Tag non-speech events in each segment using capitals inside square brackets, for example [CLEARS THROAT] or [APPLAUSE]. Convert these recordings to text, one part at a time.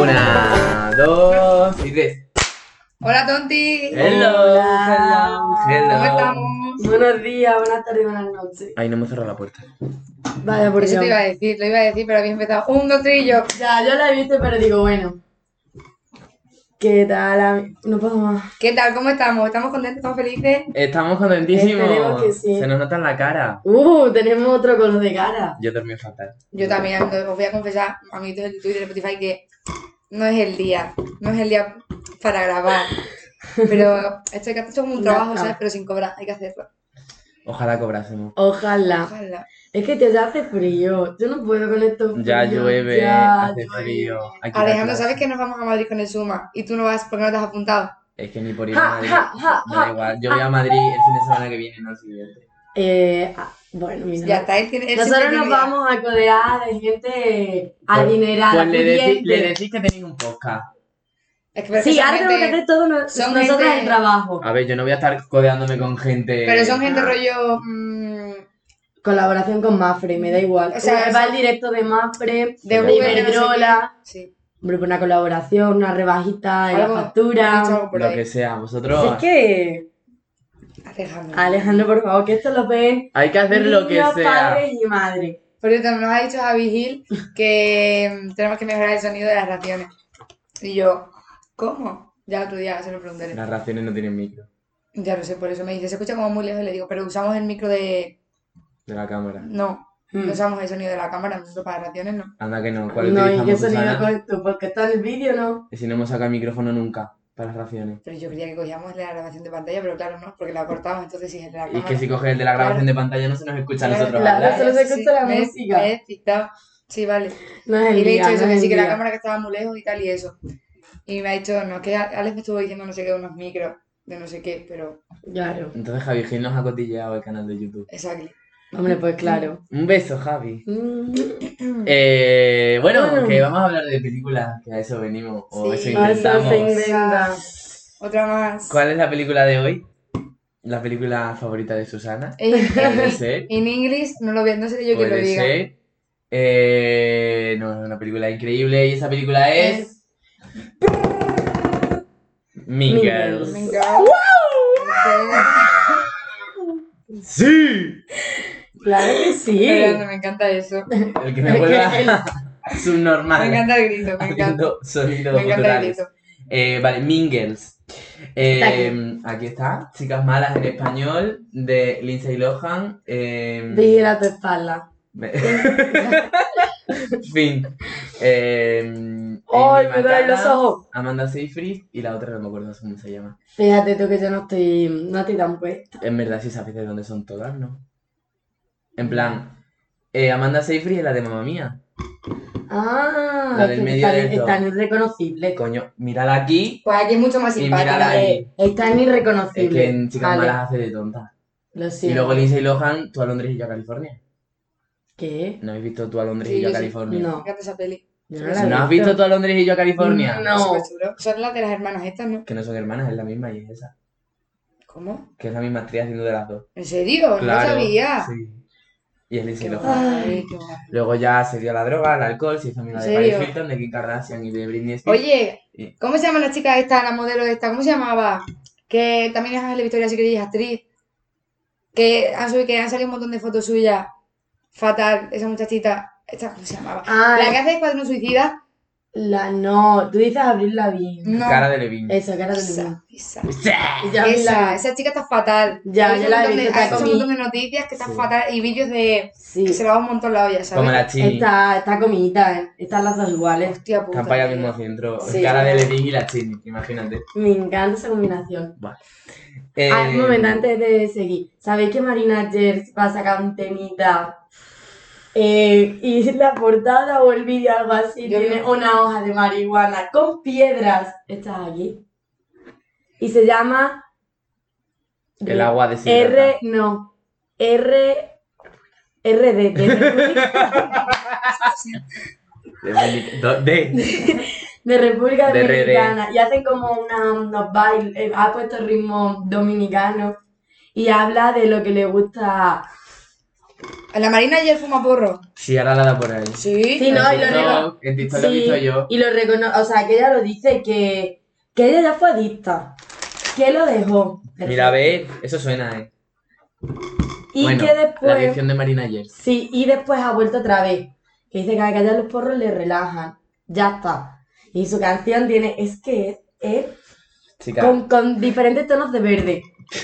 Una, dos y tres. Hola Tonti. Eh, Hello, hello, ¿Cómo hello. estamos? Buenos días, buenas tardes, buenas noches. Ay, no me cerrado la puerta. Vaya, por Eso Dios. te iba a decir, lo iba a decir, pero había empezado. Un, dos, tres y yo. Ya, yo la he visto, pero digo, bueno. ¿Qué tal? ami- No puedo más. ¿Qué tal? ¿Cómo estamos? ¿Estamos contentos? ¿Estamos felices? Estamos contentísimos. Esperemos que sí. Se nos nota en la cara. Uh, tenemos otro color de cara. Yo dormí fatal. Yo también, os voy a confesar, amiguitos del Twitter, Spotify, que no es el día. No es el día para grabar. Pero esto hay que hacerlo como un trabajo, ¿sabes? Pero sin cobrar, hay que hacerlo. Ojalá cobrásemos. Ojalá. Ojalá. Es que tío, ya hace frío. Yo no puedo con esto. Ya llueve, hace frío. Aquí la Alejandro, clase. ¿sabes que nos vamos a Madrid con el Suma? Y tú no vas porque no te has apuntado. Es que ni por ir a Ja, Madrid. ja, ja, Me da ja. igual. Yo voy a Madrid el fin de semana que viene, no el siguiente. Eh, ah, bueno, mira. Ya está, él tiene. él siempre Nosotros tiene nos idea. vamos a codear de gente adinerada. Pues le, decí- pudiente. le decís que tenéis un podcast. Es que, pero Sí, son ahora tenemos que gente- hacer todo no- son nosotras gente- el trabajo. A ver, yo no voy a estar codeándome con gente. Pero son gente rollo. mm, Colaboración con Mafre, me da igual. O sea, va el directo de Mafre, de Pero de bueno. Uber, de no sé Iberdrola. qué. Sí. Hombre, pues una colaboración, una rebajita en Algo- la he dicho factura. algo por Lo ahí. que sea, Si vosotros. es que, Alejandro. Alejandro, por favor, que esto lo ven Hay que hacer lo que niños, sea. padres y madres. Por cierto, nos ha dicho Javi Gil que mm, tenemos que mejorar el sonido de las raciones. Y yo, ¿cómo? Ya otro día se lo preguntaré. Las raciones no tienen micro Ya lo sé, por eso me dice, se escucha como muy lejos y le digo, pero usamos el micro de... de la cámara. No, Mm. no usamos el sonido de la cámara, nosotros para raciones no. Anda que no. ¿Cuál No, ¿y utilizamos, qué sonido Susana? con tú? Porque está en el vídeo, ¿no? Y Si no hemos sacado el micrófono nunca para las raciones. Pero yo creía que cogíamos la grabación de pantalla, pero claro, no, porque la cortamos, entonces sí es el de la Y cámara. es que si coges el de la grabación de pantalla no se nos escucha a nosotros Claro, hablar. solo se escucha la me he- música. me he excitado. Sí, vale. No es el Y le he día, dicho eso, no que es sí, el que la día. cámara que estaba muy lejos y tal y eso. Y me ha dicho, no, es que Alex me estuvo diciendo no sé qué, unos micros, de no sé qué, pero... Claro. Entonces Javi Gil nos ha cotilleado el canal de YouTube. Exacto. Hombre, pues claro. Un beso, Javi. Mm. Eh, bueno, Bueno. que vamos a hablar de películas, que a eso venimos. O Sí. eso Ah, Eso intentamos. se inventa. Otra más. ¿Cuál es la película de hoy? La película favorita de [LAUGHS] Susana. [LAUGHS] Es- Puede es- ser. En inglés, no lo veo, no seré yo quien lo Puede diga. ser. Eh, no, es una película increíble y esa película es. Mean Mean Girls. Mean Girls. Sí, ¡Sí! Claro que sí. Fernando, me encanta [LAUGHS] eso. Me El que me vuelva [LAUGHS] subnormal. encanta el grito, me encanta. Haciendo sonidos Me encanta el guturales. grito. Eh, vale, Mean Girls. Eh, Está aquí está, Chicas Malas en español, de Lindsay Lohan. eh, Dile a tu espalda. me- [LAUGHS] fin. Eh, Amy ¡Ay, me duelen los McAdams, ojos! Amanda Seyfried y la otra no me acuerdo cómo se llama. Fíjate tú que yo no estoy, no estoy tan puesta. En verdad sí sabéis de dónde son todas, ¿no? En plan, eh, Amanda Seyfried es la de Mamma Mía. Ah, La del que medio están, de esto. están irreconocibles. Coño, mírala aquí. Pues aquí es mucho más Y mírala simpática. ahí. Eh, están Es irreconocibles. que en Chicas Vale, Malas hace de tonta. Lo siento. Y luego Lindsay Lohan, tú a Londres y yo a California. ¿Qué? ¿No habéis visto tú a Londres Sí, y yo a yo sí. California? Me No. encanta esa peli. Yo ¿No la he ¿No has visto tú a Londres y yo a California? No. Es súper chulo. Son las de las hermanas estas, ¿no? Que no son hermanas, es la misma y es esa. ¿Cómo? Que es la misma actriz haciendo de las dos. ¿En serio? Claro. No sabía. Sí. Y es Lindsay Qué Lohan. guay, qué guay. Luego ya se dio la droga, el alcohol, se hizo amiga ¿En de Paris serio? Hilton, de Kim Kardashian y de Britney Spears. Sí. Oye, ¿cómo se llama la chica esta, la modelo esta? ¿Cómo se llamaba? Que también es Ángel de Victoria Secret y es actriz. Que han, subido, que han salido un montón de fotos suyas. Fatal, esa muchachita. Esta, ¿Cómo se llamaba? Ah, La que hace Escuadrón Suicida. la, no. Tú dices abrirla bien. No. Cara de Levine. Eso, cara de luna. Mm. Esa, esa. Ya vi Esa, la- esa chica está fatal. Ya, Ha hecho yo la un he montón de- visto Ha hecho un también. montón de noticias que están Sí. fatal y vídeos de Sí. que se le va un montón la olla, ¿sabes? Como la Chini. Está, está comidita, eh. Están las dos iguales. Hostia puta. Están para allá mismo centro. Sí. Cara de Levine y la Chini, imagínate. Me encanta esa combinación. Eh, Ah, un momento, antes de seguir. ¿Sabéis que Marina Gers va a sacar un temita? Eh, y la portada o el vídeo, algo así, Yo tiene no- una hoja de marihuana con piedras. Estás aquí. Y se llama. El agua de R. No. R. RD. De, República- De, Meli- do- de- de República De RD. Dominicana. Y hacen como una, unos bailes. eh, Ha puesto ritmo dominicano. Y habla de lo que le gusta La Marina ayer fuma porro. Sí, ahora la da por ahí. Sí. Sí, no, En y lo TikTok, rego- En TikTok lo he Sí, visto yo. Y lo reconoce, o sea, que ella lo dice que, que ella ya fue adicta. Que lo dejó. Mira, ve, eso suena, eh. Y bueno, que la después. canción de Marina Yers. Sí, y después ha vuelto otra vez. Que dice que al callar los porros le relajan. Ya está. Y su canción tiene. Es que es. es Chica, con, con diferentes tonos de verde.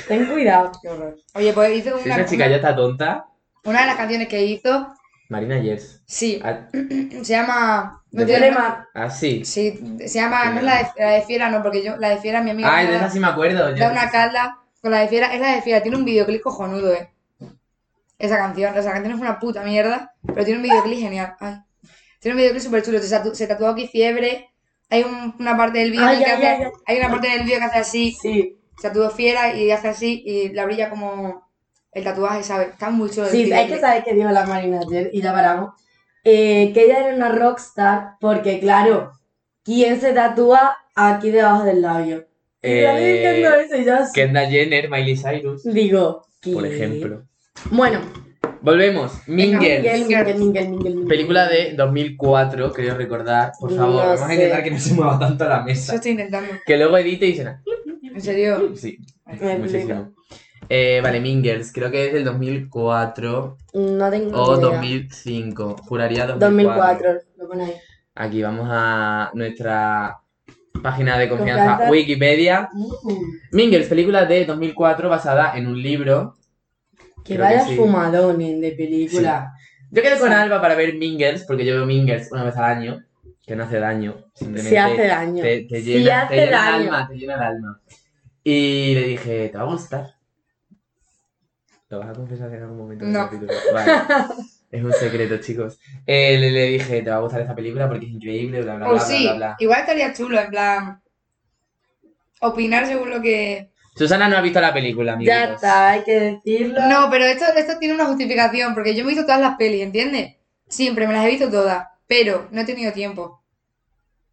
Ten [LAUGHS] cuidado. Qué horror. Oye, pues hizo si una, esa chica ya está tonta, una de las canciones que hizo. Marina Yers. Sí. Ah, Se llama. De No tiene Problema. ah, sí. Sí, se llama. No es la de, la de Fiera, no, porque yo. La de Fiera, mi amiga. Ay, me de da- esa sí me acuerdo. Da ya. una calda con la de Fiera. Es la de Fiera. Tiene un videoclip cojonudo, eh. Esa canción. O sea, la canción es una puta mierda. Pero tiene un videoclip genial. Ay. Tiene un videoclip súper chulo. Se, tatu- se tatuó aquí fiebre. Hay un- una parte del video en Ay, el que ay, hace- ay, ay. Hay una parte del video que hace así. Sí. Se tatuó fiera y hace así. Y la brilla como el tatuaje, ¿sabes? Está muy chulo. el Sí, hay videoclip. que saber qué dijo la Marina ayer y ya paramos. Eh, que ella era una rockstar porque, claro, ¿quién se tatúa aquí debajo del labio? Y la vi diciendo Eh, eso y yo Kendall Jenner, Miley Cyrus, digo, ¿qué? por ejemplo. Bueno, Volvemos. Mean Venga, Girls. Miguel, Girls. Miguel, Miguel, Miguel, Miguel. Película de 2004, creo recordar. Por No favor, vamos a sé. intentar que no se mueva tanto la Eso mesa. estoy intentando. Que luego edite y dicen, En serio. sí, Me muchísimo. Eh, vale, Mean Girls, creo que es del 2004 No tengo o idea. 2005. Juraría 2004. 2004, lo pone ahí. Aquí vamos a nuestra página de confianza Confianza. Wikipedia. Mean Girls, película de 2004 basada en un libro. Que Creo vaya que sí. fumadones de película. Yo quedé con Sí. Alba para ver Mean Girls, porque yo veo Mean Girls una vez al año, que no hace daño. Simplemente Se hace daño. Te, te Sí llena, te hace llena el daño. alma, te llena el alma. Y le dije, ¿te va a gustar? ¿Lo vas a confesar en algún momento? del No. capítulo? [LAUGHS] Vale. es un secreto, chicos. Eh, le, le dije, ¿te va a gustar esta película? Porque es increíble, bla, bla, Oh, O bla, sí. bla, bla. Igual estaría chulo, en plan. Opinar según lo que. Susana no ha visto la película, amigos. Ya está, hay que decirlo. No, pero esto, esto tiene una justificación, porque yo me he visto todas las pelis, ¿entiendes? Siempre, me las he visto todas, pero no he tenido tiempo.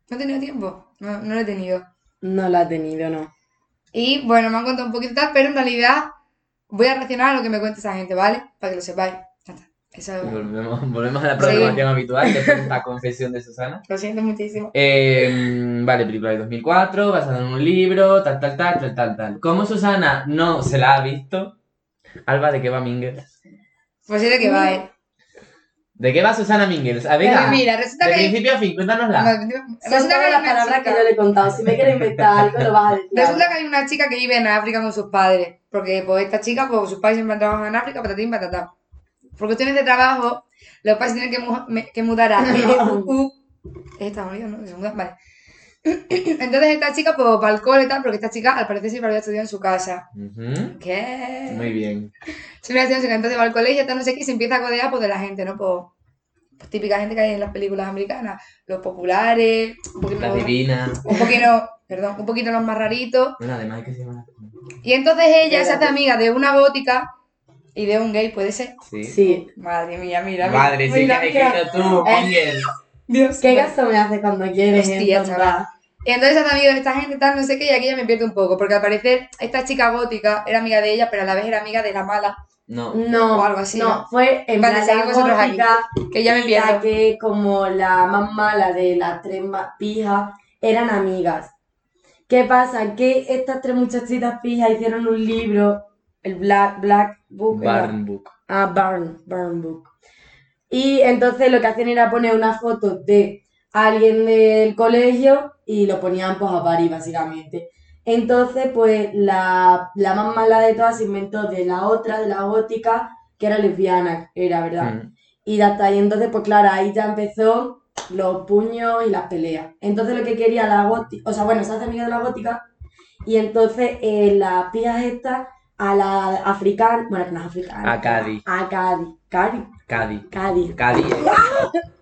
No he tenido tiempo, no, no lo he tenido. No la ha tenido, no. Y bueno, me han contado un poquito tal, pero en realidad voy a reaccionar a lo que me cuente esa gente, ¿vale? Para que lo sepáis. Ya está. Y Eso, Volvemos, volvemos a la programación habitual, que es esta confesión de Susana. lo siento muchísimo. Eh, vale, película de 2004, basada en un libro, tal, tal, tal, tal, tal, tal. Como Susana no se la ha visto, Alba, ¿de qué va Mingles? Pues sí, de que va, ¿eh? ¿De qué va Susana Mingles? A ver, Pues ah, mira, resulta de que. principio a fin, cuéntanosla. no, de- Son resulta que todas hay las una palabras chica- que yo le he contado. Si me quieres inventar algo, lo vas a decir. Resulta que hay una chica que vive en África con sus padres, porque pues esta chica, pues sus padres siempre han trabajado en África, patatín, patatá. Por cuestiones de trabajo, los padres tienen que, mu- me- que mudar [LAUGHS] a EU. Es Estados Unidos, ¿no? Que se mudan, vale. [CLEARS THROAT] Entonces esta chica, pues para el cole y tal, porque esta chica al parecer siempre había estudiado en su casa. Ujú, ¿Qué? Muy bien. Siempre había estudiado en su casa, entonces va al colegio, tal, no sé qué, y se empieza a codear pues, de la gente, ¿no? Pues, pues, típica gente que hay en las películas americanas, los populares, un poquito, La divina. un poquito, perdón, un poquito los más raritos. Bueno, además es que se llama. Y entonces ella se hace amiga de una gótica y de un gay, puede ser. Sí. Sí. Madre mía, mira. mira. Madre, sí que mira, has mira. escrito tú, Eh. Mingles. Dios. ¿Qué gasto me hace cuando quieres? Hostia, entonces? chaval. Y entonces se hace amiga de esta gente, tal, no sé qué, y aquí ya me pierdo un poco, porque al parecer esta chica gótica era amiga de ella, pero a la vez era amiga de la mala, No. No, O algo así, no, ¿no? fue en Vale, plan seguid vosotros ahí. gótica, que ya me y la pierdo. que como la más mala de las tres más pijas eran amigas. ¿Qué pasa? Que estas tres muchachitas pijas hicieron un libro, el Black, Black Book. ¿era? Barn Book. Ah, Barn, Barn Book. Y entonces lo que hacían era poner una foto de alguien del colegio y lo ponían pues a París, básicamente. Entonces, pues la, la más mala de todas se inventó de la otra, de la gótica, que era lesbiana, era, ¿verdad? Mm. Y ya está. Y entonces, pues claro, ahí ya empezó los puños y las peleas. Entonces, lo que quería la gótica, o sea, bueno, se hace amiga de la gótica. Y entonces, eh, las pijas estas, a la africana, bueno, que no es africana. A Cádiz. A Cádiz. Cádiz. Cádiz. Cádiz. Cádiz,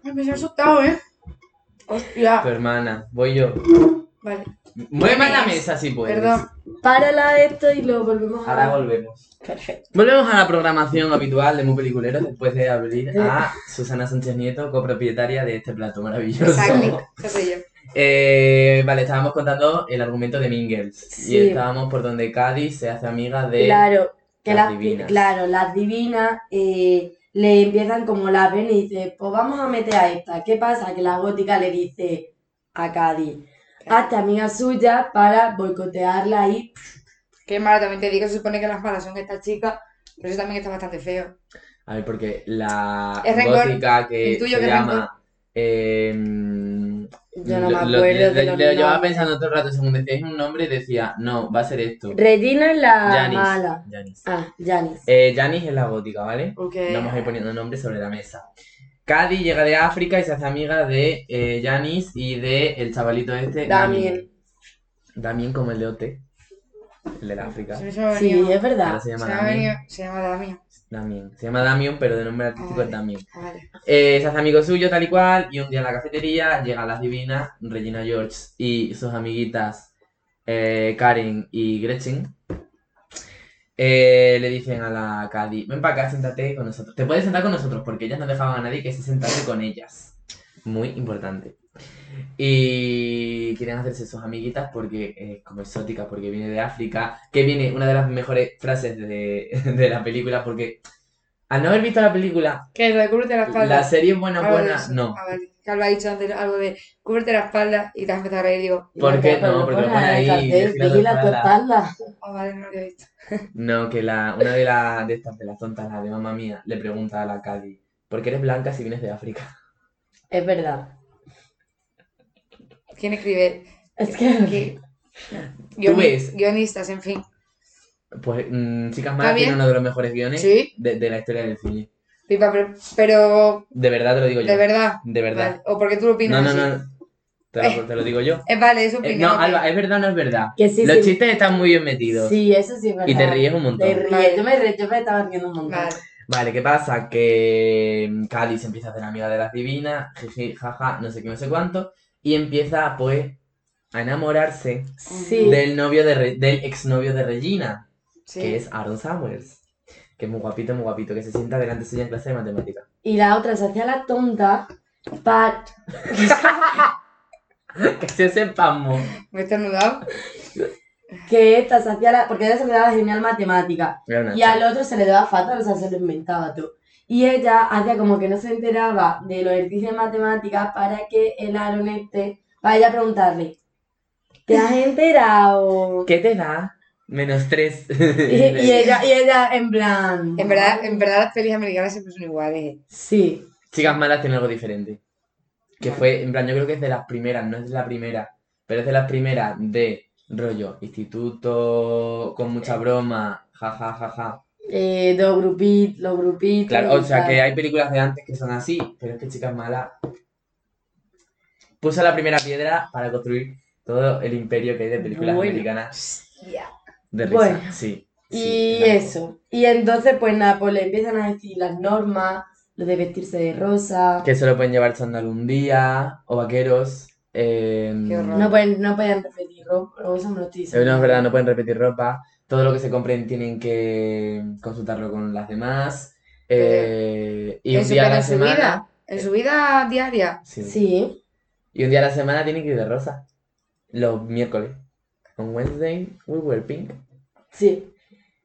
Ay, Me he asustado, ¿eh? tu Hostia. hermana. Voy yo. [LAUGHS] Vale, Mueve más la Yes. mesa si puedes. perdón. Párala esto y lo volvemos a Ahora volvemos. Perfecto. Volvemos a la programación habitual de Muy Peliculero después de abrir a Susana Sánchez Nieto, copropietaria de este plato Exacto, maravilloso. eso soy yo. Eh, vale, estábamos contando el argumento de Mingles. Sí. Y estábamos por donde Cádiz se hace amiga de. Claro, que las las, divinas. divinas. Claro, las divinas eh, le empiezan como la ven y dice, pues vamos a meter a esta. ¿Qué pasa? Que la gótica le dice a Cádiz, hazte amiga suya para boicotearla y Qué mala, también te digo, se supone que las malas son estas chicas, pero eso también está bastante feo. A ver, porque la Es rencor. gótica que El tuyo se que es llama. em, Yo no me lo- acuerdo lo- de le- los le- llevaba nombres. pensando todo el rato, según decíais un nombre, decía, no, va a ser esto. Regina es la Janis. Ah, mala. Janis. Ah, Janis. Eh, Janis es la gótica, ¿vale? Ok. Vamos a ir poniendo nombres sobre la mesa. Cadi llega de África y se hace amiga de eh, Janis y de el chavalito este. Damien. Damien como el de OT. El de la África. Se me- se me ha Sí, venido. es Ahora verdad. se Se llama me ha Damien. venido. Se llama Dami. Damien. Se llama Damian, pero de nombre artístico es Vale. Damien. Ah, Vale. Eh, se hace amigo suyo, tal y cual, y un día en la cafetería llegan las divinas Regina George y sus amiguitas eh, Karen y Gretchen. Eh, le dicen a la Cadi, ven para acá, siéntate con nosotros. Te puedes sentar con nosotros porque ellas no dejaban a nadie que se sentase con ellas. Muy importante. Y quieren hacerse sus amiguitas porque es como exótica, porque viene de África, que viene una de las mejores frases de, [LAUGHS] de la película porque al no haber visto la película Que lo de cúbrete la espalda. la serie es buena, Algo de buena, eso. no. Ah, vale. Que Alba ha dicho antes algo de cúbrete la espalda y te has empezado a reír. Digo, ¿Por qué? No, porque lo pone ahí, vigila tu vigila tu espalda. espalda. ah, vale, no lo he visto. No, que la, una de, la, de estas, de las tontas, la de mamá mía, le pregunta a la Cali, ¿por qué eres blanca si vienes de África? [LAUGHS] Es verdad. ¿Quién escribe? Es que [LAUGHS] Aquí. Guioni- ves. Guionistas, en fin. Pues mm, Chicas ¿Está Malas tiene bien? uno de los mejores guiones Sí, de, de la historia del cine. pipa, pero, pero De verdad te lo digo yo. de verdad. De verdad. Vale. ¿O porque tú lo No, opinas? no, así? no. Te lo, te lo digo yo. Eh, vale, es Eh, opinión. no, ok. Alba, ¿es verdad o no es verdad? que sí, Los sí. chistes están muy bien metidos. Sí, eso sí es verdad. y te ríes un montón. Te ríes. Yo me, re- yo me estaba riendo un montón. Vale. Vale, ¿qué pasa? Que mm, Cádiz se empieza a hacer amiga de las divinas, jiji, jaja, no sé qué, no sé cuánto, y empieza pues a enamorarse Sí. del novio de Re- del exnovio de Regina, Sí. que es Aaron Samuels, que es muy guapito, muy guapito, que se sienta delante suya en clase de matemática. Y la otra se hacía la tonta para... Que se sepamos. Me he estornudado. Que esta se hacía la... Porque a ella se le daba genial matemática. Era una Y al otro se le daba fatal, o sea, se lo inventaba todo. Y ella hacía como que no se enteraba de los ejercicios de matemáticas para que el Aaron este vaya a preguntarle. ¿Te has enterado? ¿Qué te da? Menos tres. [LAUGHS] Y, [LAUGHS] y ella, y ella en plan... En verdad, en verdad las pelis americanas siempre son iguales. eh. Sí. Chicas malas tiene algo diferente. Que fue, en plan, yo creo que es de las primeras, no es la primera, pero es de las primeras de rollo, instituto, con mucha broma, jaja, jaja. Eh, dos grupitos, los grupitos. Claro, o y sea tal. que hay películas de antes que son así, pero es que Chicas Malas puso la primera piedra para construir todo el imperio que hay de películas Bueno. americanas Ya. de risa. Bueno. Sí. sí, Y claro. eso. Y entonces, pues nada, pues le empiezan a decir las normas, lo de vestirse de rosa. Que solo pueden llevar chándal un día, o vaqueros. em, Qué horror. No pueden, no pueden repetir ropa, o eso me lo estoy Eh, diciendo. No, es verdad, no pueden repetir ropa. Todo lo que se compren tienen que consultarlo con las demás. Eh, y un Eso, día a pero la en su semana. vida, en su vida diaria. Sí. Sí. Y un día a la semana tienen que ir de rosa. Los miércoles. On Wednesday we wear pink. Sí.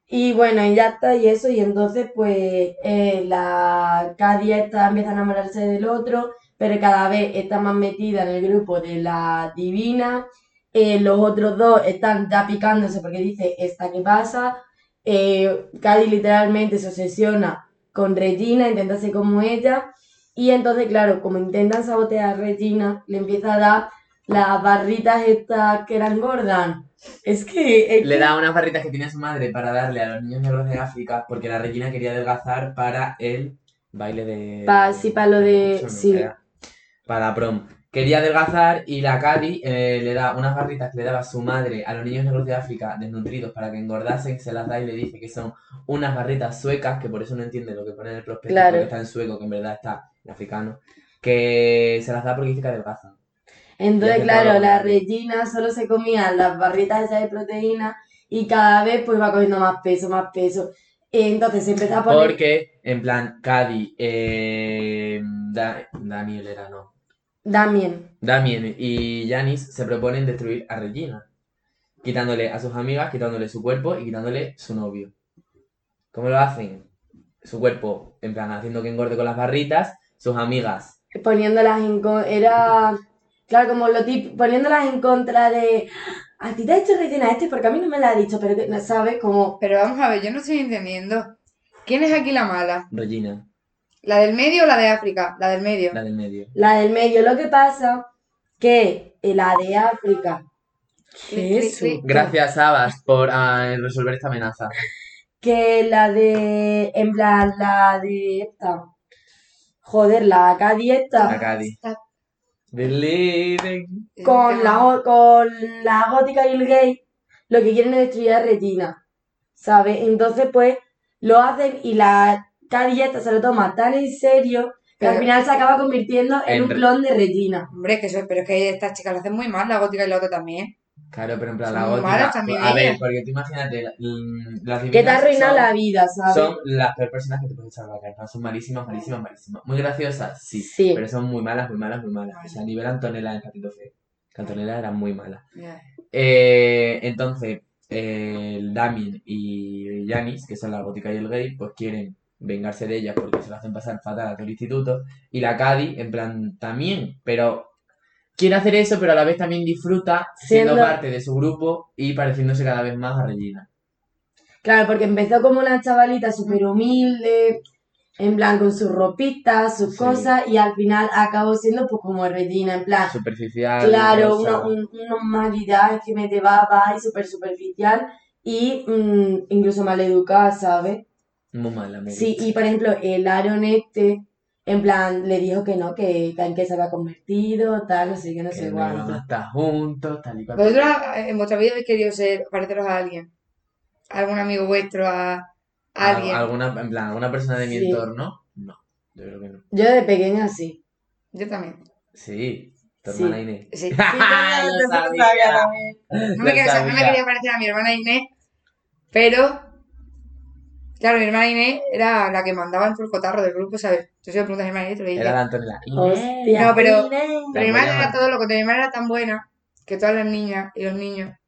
Y bueno, y ya está, y eso, y entonces pues eh, la cada día está, empieza a enamorarse del otro, pero cada vez está más metida en el grupo de la divina, eh, los otros dos están ya picándose porque dice, ¿esta qué pasa? Eh, Cadi literalmente se obsesiona con Regina, intenta ser como ella, y entonces claro, como intentan sabotear a Regina, le empieza a dar las barritas estas que eran gordas. Es que... es Le que- da unas barritas que tiene su madre para darle a los niños negros de África porque la Regina quería adelgazar para el baile de... Pa- sí, pa' lo de- Eso no, sí. era Para la prom. Quería adelgazar y la Cadi eh, le da unas barritas que le daba su madre a los niños negros de África desnutridos para que engordasen, se las da y le dice que son unas barritas suecas, que por eso no entiende lo que pone en el prospecto, Claro. porque está en sueco, que en verdad está en africano, que se las da porque dice que adelgazan. Entonces, Ya se acabó claro, la la comida. Regina solo se comía las barritas esas de proteína y cada vez pues va cogiendo más peso, más peso. Entonces se empieza a poner... Porque, en plan, Cadi, eh, Da- Daniel era, no, Damien. Damien y Janis se proponen destruir a Regina, quitándole a sus amigas, quitándole su cuerpo y quitándole su novio. ¿Cómo lo hacen? su cuerpo, en plan, haciendo que engorde con las barritas, sus amigas. Poniéndolas en contra. Era. Claro, como lo tip. Poniéndolas en contra de. "Ah, A ti te ha hecho rellena este porque a mí no me la ha dicho, pero que- ¿sabes? Como. Pero vamos a ver, yo no estoy entendiendo. ¿Quién es aquí la mala? Regina, ¿La del medio o la de África? La del medio. la del medio. La del medio. Lo que pasa que eh, la de África. Clic, clic, Jesús. clic. Gracias, Sabas, por ah, resolver esta amenaza. que la de. En plan, la de esta. Joder, la A acadieta. Cádiz. Está- Believe in- Con la, go- con la gótica y el gay, lo que quieren es destruir a Regina. ¿Sabes? Entonces, pues, lo hacen y la acadieta se lo toma tan en serio que al Pero- final se acaba convirtiendo en En un re- clon de Regina. Hombre, es que eso, pero es que estas chicas lo hacen muy mal, la gótica y la otra también. Claro, pero en plan, la Son gótica. malas también A ver, ellas. porque tú imagínate, la- mm, las Que te divinas arruina son- la vida, ¿sabes? Son las peores personas que te puedes echar a la cara. Son malísimas, malísimas, malísimas. Muy graciosas, sí, Sí. Pero son muy malas, muy malas, muy malas. Vale. O sea, a nivel Antonella en Patito Feo. Que Antonella era muy mala. Ya. Eh, entonces, eh, el Damien y Yanis, que son la gótica y el gay, pues quieren vengarse de ellas porque se lo hacen pasar fatal a todo el instituto. Y la Cadi, en plan, también, pero quiere hacer eso, pero a la vez también disfruta siendo, Siendo- parte de su grupo y pareciéndose cada vez más a Regina. Claro, porque empezó como una chavalita súper humilde, en plan, con sus ropitas, sus Sí. cosas, y al final acabó siendo pues como Regina, en plan, Superficial. Ah, Claro, rosa. una, un- una humanidad que me te va, va y súper superficial y mm, incluso maleducada, ¿sabes? Muy mala, me Sí, dice. y por ejemplo, el Aaron este, en plan, le dijo que no, que en qué se había convertido, tal, no sé qué, no Que sé no iban a cuánto. estar juntos, tal y cual. Vosotros eh, en vuestra vida habéis querido ser, pareceros a alguien. A algún amigo vuestro, a, a Al- alguien. Ah, alguna, en plan, alguna persona de mi Sí. entorno, no. Yo creo que no. Yo de pequeña sí. Yo también. Sí, tu Sí. hermana Inés. [LAUGHS] Sí. Lo Ah, sabía. No me, Lo quería, o sea, no me sabía. quería parecer a mi hermana Inés, pero. Claro, mi hermana Inés era la que mandaba en todo el cotarro del grupo, ¿sabes? Yo se lo pregunté a mi hermana Inés y le dije. Era la Antonella. Hostia, No, pero- Inés. Pero mi hermana buena era madre. todo lo que mi hermana era tan buena que todas las niñas y los niños,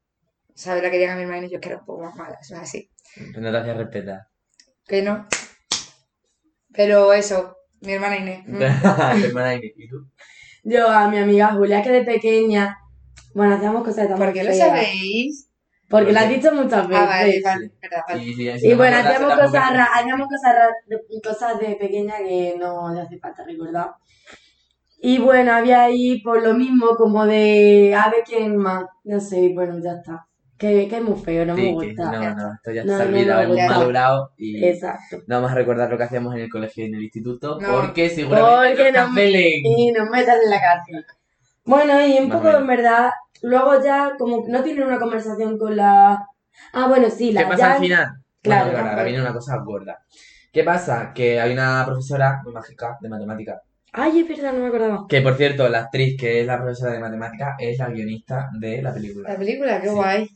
¿sabes? La querían a mi hermana Inés, yo es que era un poco más mala, eso es así. Pues No te hacía respetar. Que no. Pero eso, mi [LAUGHS] hermana Inés. mm. Tu hermana Inés. ¿Y tú? Yo a mi amiga Julia, que de pequeña, bueno, hacíamos cosas tan ¿Por qué lo feas. sabéis? Porque lo has dicho muchas veces. Ah, vale, vale, verdad, vale. Y, si- si Y no bueno, me acuerdas, hacíamos tampoco cosas, es- ra- hacíamos cosas, ra- de- cosas de pequeña que no le hace falta recordar. Y bueno, había ahí por lo mismo, como de a ver quién más. No sé, bueno, ya está. Que, que es muy feo, no me Sí, que- gusta. no, no, esto ya No, se no, olvida, no, hemos ya. madurado y Exacto. no vamos a recordar lo que hacíamos en el colegio y en el instituto No. porque seguramente Porque nos no- cancelen. Y nos metan en la cárcel. Bueno, y un Más o poco menos. en verdad, luego ya como no tienen una conversación con la... Ah, bueno, sí, la ¿Qué pasa al Jan- final? Claro. Bueno, ahora viene una cosa gorda. ¿Qué pasa? Que hay una profesora muy mágica de matemáticas. Ay, es verdad, no me acordaba. Que por cierto, la actriz que es la profesora de matemáticas es la guionista de la película. La película, qué Sí. guay.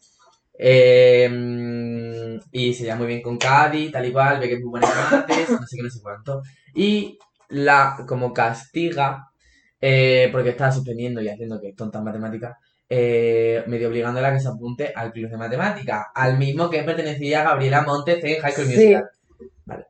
Eh, mm, y se lleva muy bien con Cadi, tal y cual, ve que es muy buena en mates, no sé qué, no sé cuánto. Y la como castiga, eh, porque está suspendiendo y haciendo que es tonta en matemáticas, eh, medio obligándola a que se apunte al club de matemáticas, al mismo que pertenecía a Gabriela Montes en High School Sí. Musical. Vale.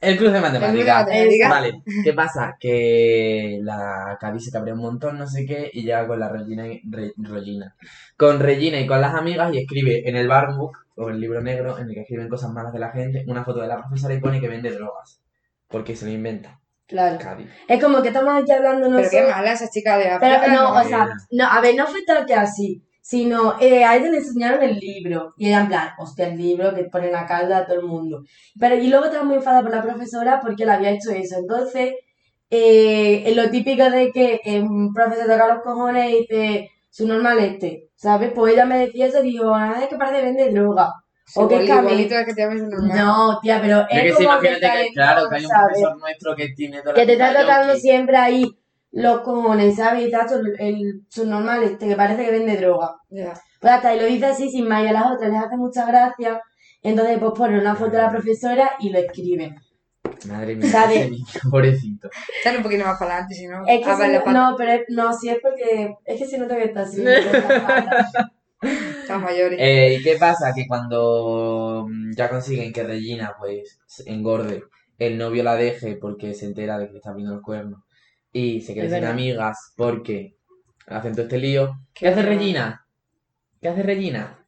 El club de La película matemáticas. de la liga. Vale, ¿qué pasa? Que la Cadi se cabrea un montón, no sé qué, y llega con la Regina, y- Re- Regina. Con Regina y con las amigas y escribe en el barbook, o el libro negro, en el que escriben cosas malas de la gente, una foto de la profesora y pone que vende drogas. Porque se lo inventa. Claro. Cadi. Es como que estamos aquí hablando Pero nosotros. qué mala esa chica de la Pero película, no, o no. sea, no, a ver, no fue tal que así, sino eh, a ella le enseñaron el libro y ella en plan, hostia, el libro que ponen a calda a todo el mundo. Pero, y luego estaba muy enfadada por la profesora porque le había hecho eso. Entonces, eh, es lo típico de que eh, un profesor toca los cojones y dice, su normal este, ¿sabes? Pues ella me decía eso y digo, ah, es que parece que vende droga. Sí, o que es boli- Camila. bolito es que te llames normal. No, tía, pero Yo que es sé, como imagínate que, calentón, claro, que hay un ¿sabes? profesor nuestro que tiene toda la que te está pinta de tocando yonki. siempre ahí los cojones, ¿sabes? Y tacho, el subnormal este que parece que vende droga. Ya. Pues hasta y lo dice así sin más y a las otras les hace mucha gracia. Entonces pues pone una foto de la profesora y lo escribe. Madre mía, ¿Sabes? ese niño, [LAUGHS] pobrecito. Dale un poquito más para adelante, si no. Es que ah, si vale, no, pa- no, pero es- no, si es porque es que se nota que está así. Pero estamos mayores. Eh, ¿Y qué pasa? Que cuando mm, ya consiguen que Regina pues engorde el novio la deje porque se entera de que le está poniendo los cuernos y se quede Es sin verdad. amigas porque hacen todo este lío. ¿Qué hace Regina? ¿Qué hace Regina?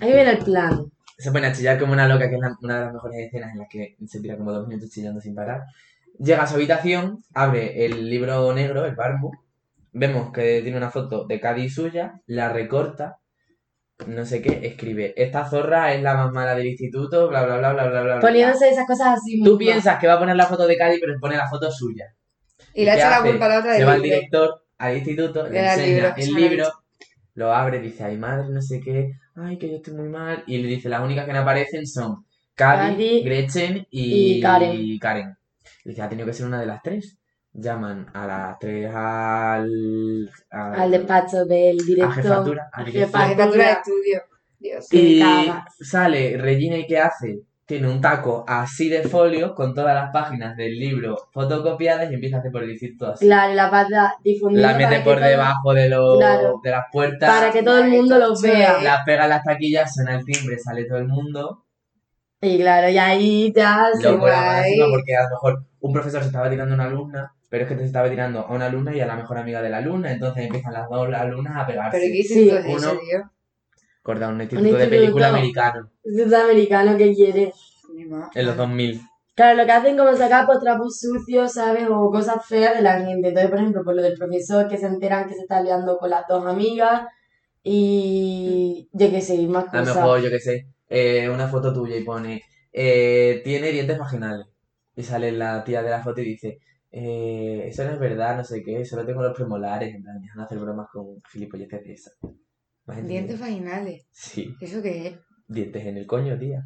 Ahí viene el plan. se pone a chillar como una loca, que es la- una de las mejores escenas en las que se tira como dos minutos chillando sin parar. Llega a su habitación, abre el libro negro, el barbu. Vemos que tiene una foto de Cádiz suya, la recorta, no sé qué, escribe. Esta zorra es la más mala del instituto, bla, bla, bla, bla, bla, bla. bla". Poniéndose esas cosas así. muy Tú mal. piensas que va a poner la foto de Cádiz, pero pone la foto suya. Y le ha ¿Qué hecho la hace? culpa a la otra Se va al de director al instituto, Le le da el libro, enseña que se el lo ha libro, lo abre, dice, ay madre, no sé qué, ay que yo estoy muy mal, y le dice, las únicas que no aparecen son Cady, Cady, Gretchen y, y Karen. Karen. Dice, ha tenido que ser una de las tres. Llaman a las tres al... al- Al despacho del a director. jefatura, a a dirección. jefatura. Caricatura de estudio. Dios. Sí. Y cagas. sale Regina y ¿qué hace? Tiene un taco así de folio con todas las páginas del libro fotocopiadas y empieza a hacer por el instituto así. Claro, la pata difundida. La mete para que por todo- debajo de, los Claro. de las puertas. Para que todo el mundo lo vea. Las pega en las taquillas, suena el timbre, sale todo el mundo. Y claro, y ahí ya se Lo cuela más guay. encima porque a lo mejor un profesor se estaba tirando a una alumna, pero es que te estaba tirando a una alumna y a la mejor amiga de la alumna. Entonces empiezan las dos alumnas a pegarse. Pero ¿qué instituto es Ah, uno- ese, tío? Corta, un instituto de instituto. película americano Instituto americano que quiere. Ni más. en los 2000. Claro, lo que hacen como sacar pues, trapos sucios, ¿sabes? O cosas feas de la gente. Entonces, por ejemplo, por lo del profesor que se enteran que se está liando con las dos amigas y yo qué sé, y más A lo cosas. mejor, yo qué sé, eh, una foto tuya y pone, eh, tiene dientes vaginales. Y sale la tía de la foto y dice, eh, eso no es verdad, no sé qué, solo tengo los premolares. En plan, dejan de hacer bromas con gilipolleces de esas. ¿Me has Dientes entendido? vaginales. Sí, ¿Eso qué es? dientes en el coño, tía.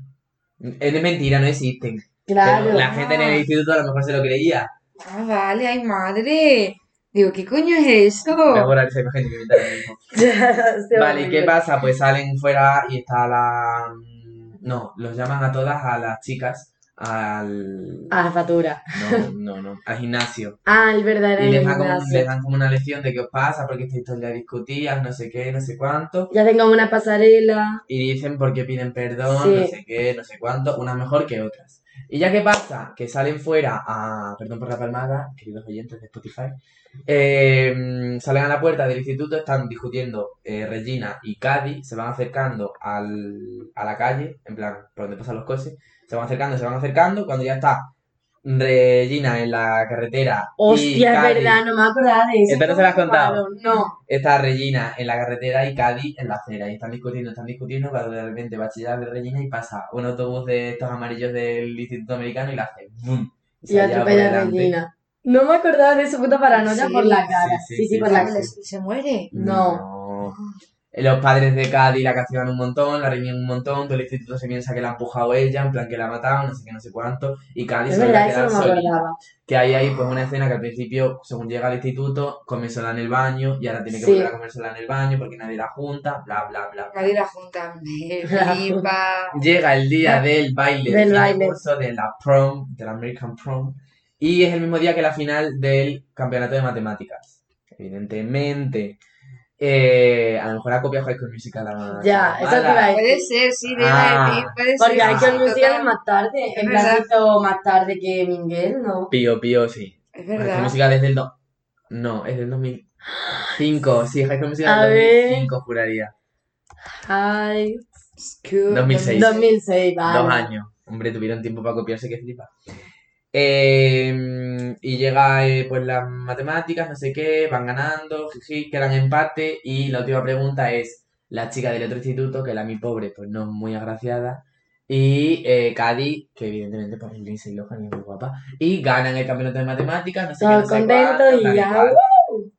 Es mentira, no existen. Claro. Pero la gente en Ah. el instituto a lo mejor se lo creía. Ah, vale, ay madre. Digo, ¿qué coño es eso? Pero ahora esa imagen que me inventa ahora mismo. [LAUGHS] Se Vale, ¿y qué vuelve. pasa? Pues salen fuera y está la... mm, No, los llaman a todas, a las chicas, al... Ah, jefatura. No, no, no. Al gimnasio. Ah, el verdadero Y les dan, como, gimnasio. les dan como una lección de qué os pasa, porque esta historia discutías, no sé qué, no sé cuánto. Ya tengo una pasarela. Y dicen por qué piden perdón, Sí. no sé qué, no sé cuánto, unas mejor que otras. ¿Y ya qué pasa? Que salen fuera a. Perdón por la palmada, queridos oyentes de Spotify. eh, salen a la puerta del instituto, están discutiendo eh, Regina y Cady, se van acercando al, a la calle, en plan, por donde pasan los coches. Se van acercando, se van acercando. Cuando ya está Regina en la carretera. y Hostia, es Cady- verdad, no me acordaba de eso. Entonces se la has contado. No. Está Regina en la carretera y Cadi en la acera. Y están discutiendo, están discutiendo. Cuando de repente va a chillar de Regina y pasa un autobús de estos amarillos del Instituto Americano y la hace ¡bum! Y Y ha llevado por atropella a delante. Regina. No me acordaba de su puta paranoia Sí, por la cara. sí, Sí, sí, sí, Pues sí, por sí, la sí. cara. Vale, Pues se muere. No. Los padres de Cadi la castigan un montón, la reñían un montón. Todo el instituto se piensa que la ha empujado ella, en plan que la ha matado, no sé qué, no sé cuánto. Y Cadi Es se va a verdad, eso quedar no me solita. acordaba. Que ahí hay pues una escena que al principio, según llega al instituto, come sola en el baño y ahora tiene que Sí. volver a comer sola en el baño porque nadie la junta, bla, bla, bla. Nadie la [LAUGHS] junta. Me flipa. Llega el día del baile Del del baile. concurso de la prom, de la American prom, y es el mismo día que la final del campeonato de matemáticas. Evidentemente, eh, a lo mejor ha copiado High School Musical. la- Ya, la eso te mala. iba a decir. Puede ser, sí, debe Ah, decir, puede ser. Porque hay que sí, anunciar total. más tarde. Es En verdad. platito más tarde que Miguel, ¿no? Pío, pío, sí. High Es School verdad. Musical es del... do- No, es del 2005. Sí, High School A Musical ver. del 2005, juraría. Ay. School 2006. 2006, vale. Dos años. Hombre, tuvieron tiempo para copiarse, que flipa. Eh, y llega eh, pues las matemáticas, no sé qué, van ganando, jiji, quedan empate. Y la última pregunta es la chica del otro instituto, que la mi pobre, pues no es muy agraciada. Y eh, Cadi, que evidentemente pues el Lindsay Lohan es muy guapa. Y ganan el campeonato de matemáticas, no sé qué, Todo no sé contento cuánto, y tal ya, ¡uh! cual.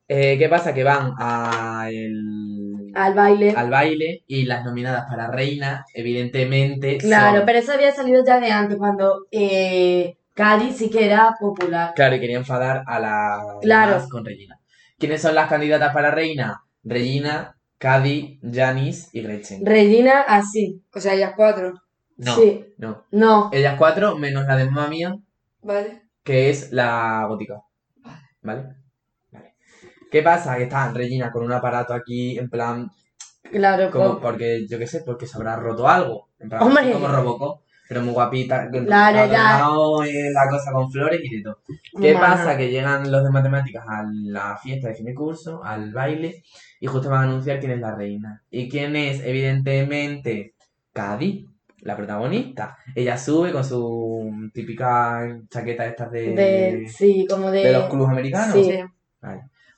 Eh, ¿Qué pasa? Que van a el- Al baile. al baile y las nominadas para reina, evidentemente, Claro, son- pero eso había salido ya de antes, cuando eh, Cádiz sí que era popular. Claro, y quería enfadar a la Claro. demás con Regina. ¿Quiénes son las candidatas para reina? Regina, Cady, Janice y Gretchen. Regina, así. O sea, ellas cuatro. no, Sí, no. no. Ellas cuatro, menos la de mamá mía, Vale. que es la gótica. ¿Vale? Vale. ¿Qué pasa? Que está Regina con un aparato aquí, en plan, Claro, como po- porque, yo qué sé, porque se habrá roto algo. En plan, Hombre. como Robocop. pero muy guapita, con- Claro, ya. adornado, eh, la cosa con flores y de todo. ¿Qué Bueno, pasa? Que llegan los de matemáticas a la fiesta de fin de curso, al baile, y justo van a anunciar quién es la reina. ¿Y quién es? Evidentemente, Cadi, la protagonista. Ella sube con su típica chaqueta estas de, de- sí, como de. de los clubes americanos. sí.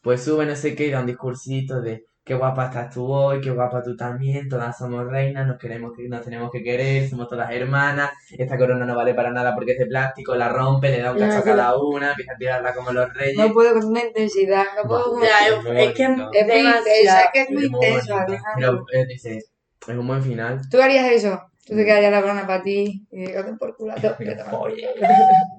Pues sube, no sé qué, y da un discursito de qué guapa estás tú hoy, qué guapa tú también, todas somos reinas, nos queremos que nos tenemos que querer, somos todas hermanas, esta corona no vale para nada porque es de plástico, la rompe, le da un Ya, cacho a sí. cada una, empieza a tirarla como los reyes. No puedo con tanta intensidad, no puedo. Buah, Ya, qué es- es que- bonito. es muy intensa, es que es muy Pero muy intenso, bonito. Alejandro. Pero eh, dices, es un buen final. ¿Tú harías eso? ¿Tú te quedarías la corona para ti? Y digo, por culo. te- te- te- Oye.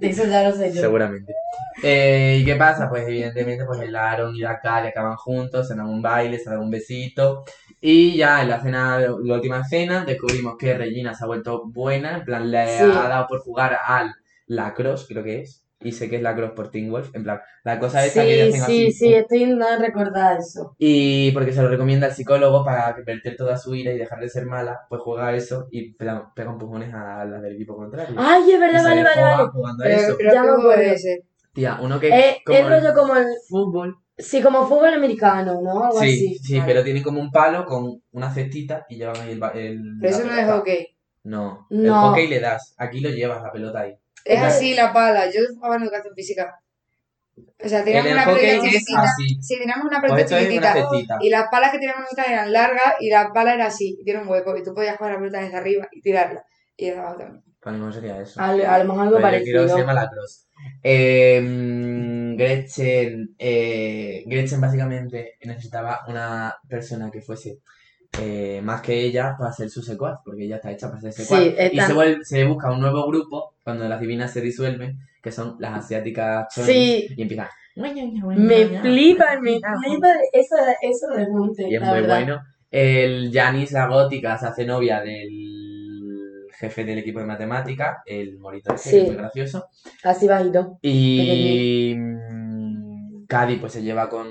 De [LAUGHS] eso ya lo sé yo. Seguramente. Eh, ¿Y qué pasa? Pues evidentemente, pues el Aaron y la Cali acaban juntos, se dan un baile, se dan un besito. Y ya en la cena, la última cena, descubrimos que Regina se ha vuelto buena, en plan le Sí. ha dado por jugar al lacrosse, creo que es. Y sé que es lacrosse por Teen Wolf, en plan, la cosa esa que yo Sí, tengo sí, así. sí, estoy intentando recordar eso. Y porque se lo recomienda al psicólogo para verter toda su ira y dejar de ser mala, pues juega a eso y pla- pega empujones a las del equipo contrario. Ay, es Y verdad, se Ah, vale, vale, desfoga vale. jugando a Pero, eso. pero Ya ¿qué me juego acuerdo. es ese? Tía, uno que Eh, como es rollo el como el. fútbol. Sí, como fútbol americano, ¿no? Algo Sí, así. sí, Vale. pero tienen como un palo con una cestita y llevan ahí el... ba- el- Pero eso la no es pelota. hockey. No, el No. hockey le das, aquí lo llevas la pelota ahí. Es Vale. así la pala. Yo jugaba en educación física. O sea, En teníamos el una hockey pelota es chiquitita. así, Sí, teníamos una pues pelota esto es una chiquitita. cestita. Y las palas que teníamos nosotras eran largas y la pala era así, y tiene un hueco, y tú podías coger la pelota desde arriba y tirarla. Y desde abajo también. Para mí no sería eso. A, lo- a lo mejor algo Pero yo quiero que se parecido. llama la cross. Eh, mm, Gretchen, eh, Gretchen básicamente necesitaba una persona que fuese eh, más que ella para ser su secuaz, porque ella está hecha para ser secuaz. Sí, y está- se, vuel- se busca un nuevo grupo cuando las divinas se disuelven, que son las asiáticas chonis, Sí. y empiezan. Me flipan, me flipan eso, eso remonte, Y es la muy verdad. bueno. El Janis, la gótica, se hace novia del jefe del equipo de matemática, el morito ese, Sí. que es muy gracioso. Así bajito. Y mm, Cadi pues se lleva con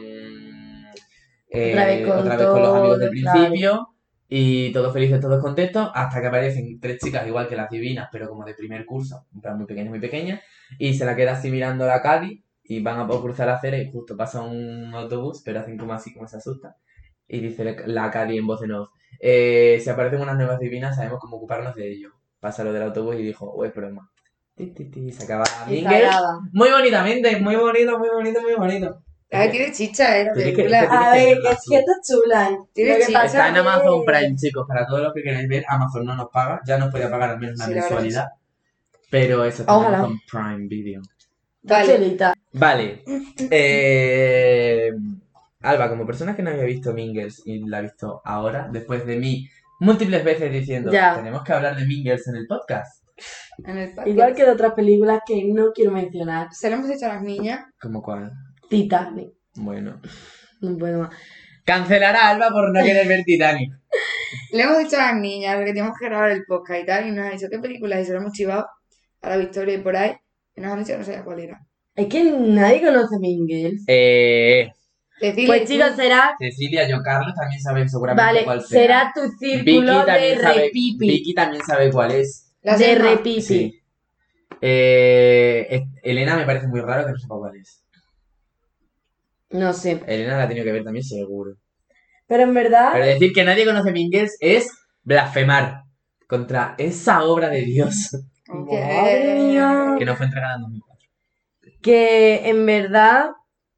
eh, Otra vez con los amigos del todo, claro. principio y todos felices, todos contentos, hasta que aparecen tres chicas igual que las divinas, pero como de primer curso, en plan muy pequeñas, muy pequeñas, y se la queda así mirando a Cadi y van a por cruzar la acera y justo pasa un autobús, pero hacen como así, como se asusta. Y dice la Cadi en voz en off, eh, si aparecen unas nuevas divinas sabemos cómo ocuparnos de ello. Pasa lo del autobús y dijo, oh, es broma. Ti, ti, ti, se acaba Y Mingers. salada. Muy bonitamente, muy bonito, muy bonito, muy bonito. A ver, tiene chicha, ¿eh? La Pero es que- película. Tienes A que ver, verla, es tú. que está chula. Tiene Lo que chicha. pasa Está en que- Amazon Prime, chicos. Para todos los que queráis ver, Amazon no nos paga. Ya nos podía pagar al menos la Sí, la verdad mensualidad. Pero eso está en Ojalá. Amazon Prime Video. Está Vale. chulita. Vale. Eh, Alba, como persona que no había visto Mingles y la ha visto ahora, después de mí múltiples veces diciendo, Ya. tenemos que hablar de Mingles en el podcast. En el patio. Igual que de otras películas que no quiero mencionar. Se lo hemos hecho a las niñas. Como cual. Titanic. Bueno. No puedo más. Cancelar a Alba por no querer ver Titanic. Le hemos dicho a las niñas porque teníamos que grabar el podcast y tal, y nos han dicho qué películas, y se lo hemos chivado a la Victoria y por ahí, y nos han dicho que no sabía cuál era. Es que nadie conoce a Mingles. Eh, Decidle Pues tú. chicos, será. Cecilia, yo, Carlos también saben seguramente Vale, cuál será. será tu círculo de repipi. Vicky también sabe cuál es. Las De demás. repipi. Sí. Eh, es- Elena me parece muy raro que no sepa cuál es. No sé. Elena la ha tenido que ver también seguro. Pero en verdad. Pero decir que nadie conoce Mingles es blasfemar contra esa obra de Dios [LAUGHS] Como que- Madre mía. que nos fue entregada en 2004. que en verdad,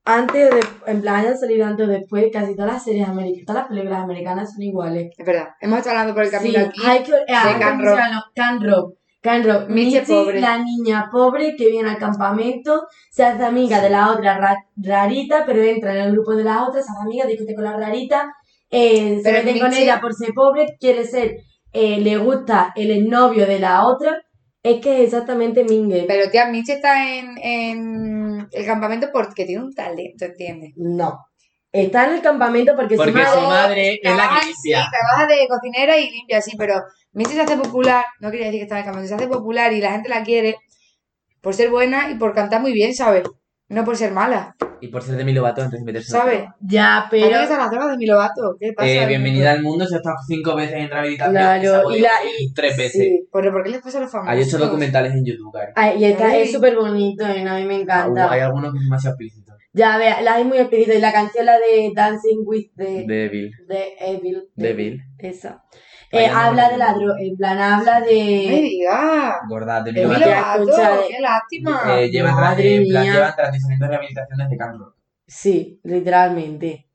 antes o de- en plan, hayan salido antes o después, casi todas las series americanas, todas las películas americanas son iguales. Es verdad, hemos estado hablando por el camino Sí, aquí. hay que, eh, hay que Can mencionarlo. Can Rock. Can Rock. Michi Michi, pobre. la niña pobre que viene al campamento, se hace amiga de la otra ra- rarita, pero entra en el grupo de la otra, se hace amiga, discute con la rarita, eh, se Pero mete con Michi- ella por ser pobre, quiere ser, eh, le gusta el novio de la otra. Es que es exactamente Mingue. Pero tía, Michi está en, en el campamento porque tiene un talento, ¿entiendes? No. Está en el campamento porque, Porque su madre. su madre es la que Trabaja, sí, limpia. trabaja de cocinera y limpia, sí, pero Michi se hace popular, no quería decir que está en el campamento, se hace popular y la gente la quiere por ser buena y por cantar muy bien, ¿sabes? No por ser mala, Y por ser de mi lobato antes de meterse. en la ¿sabes? cama. Ya, Pero... pero. a las drogas de mi lobato? ¿Qué pasa? Eh, bienvenida al mundo, se ha estado cinco veces en rehabilitación. Claro, se ha podido y la- morir tres veces. Sí. Pero ¿por qué les pasa a los famosos? Hay ocho documentales en YouTube, Cari. Ay, y está, Ay. es súper bonito, a mí me encanta. Hay algunos que son más explícitos. Ya, vea, la hay muy explícita. Y la canción, la de Dancing with the, Débil. the Evil. Débil. Esa. Ay, Eh, no, habla no, de no. ladrón, en plan, habla No de... me digas. Gorda, de mi Demi Mi lobato. Lovato. lobato, escucha, qué lástima. Eh, llevan, Madre en plan, mía. llevan transiciendo rehabilitación desde Carlos. Sí, literalmente.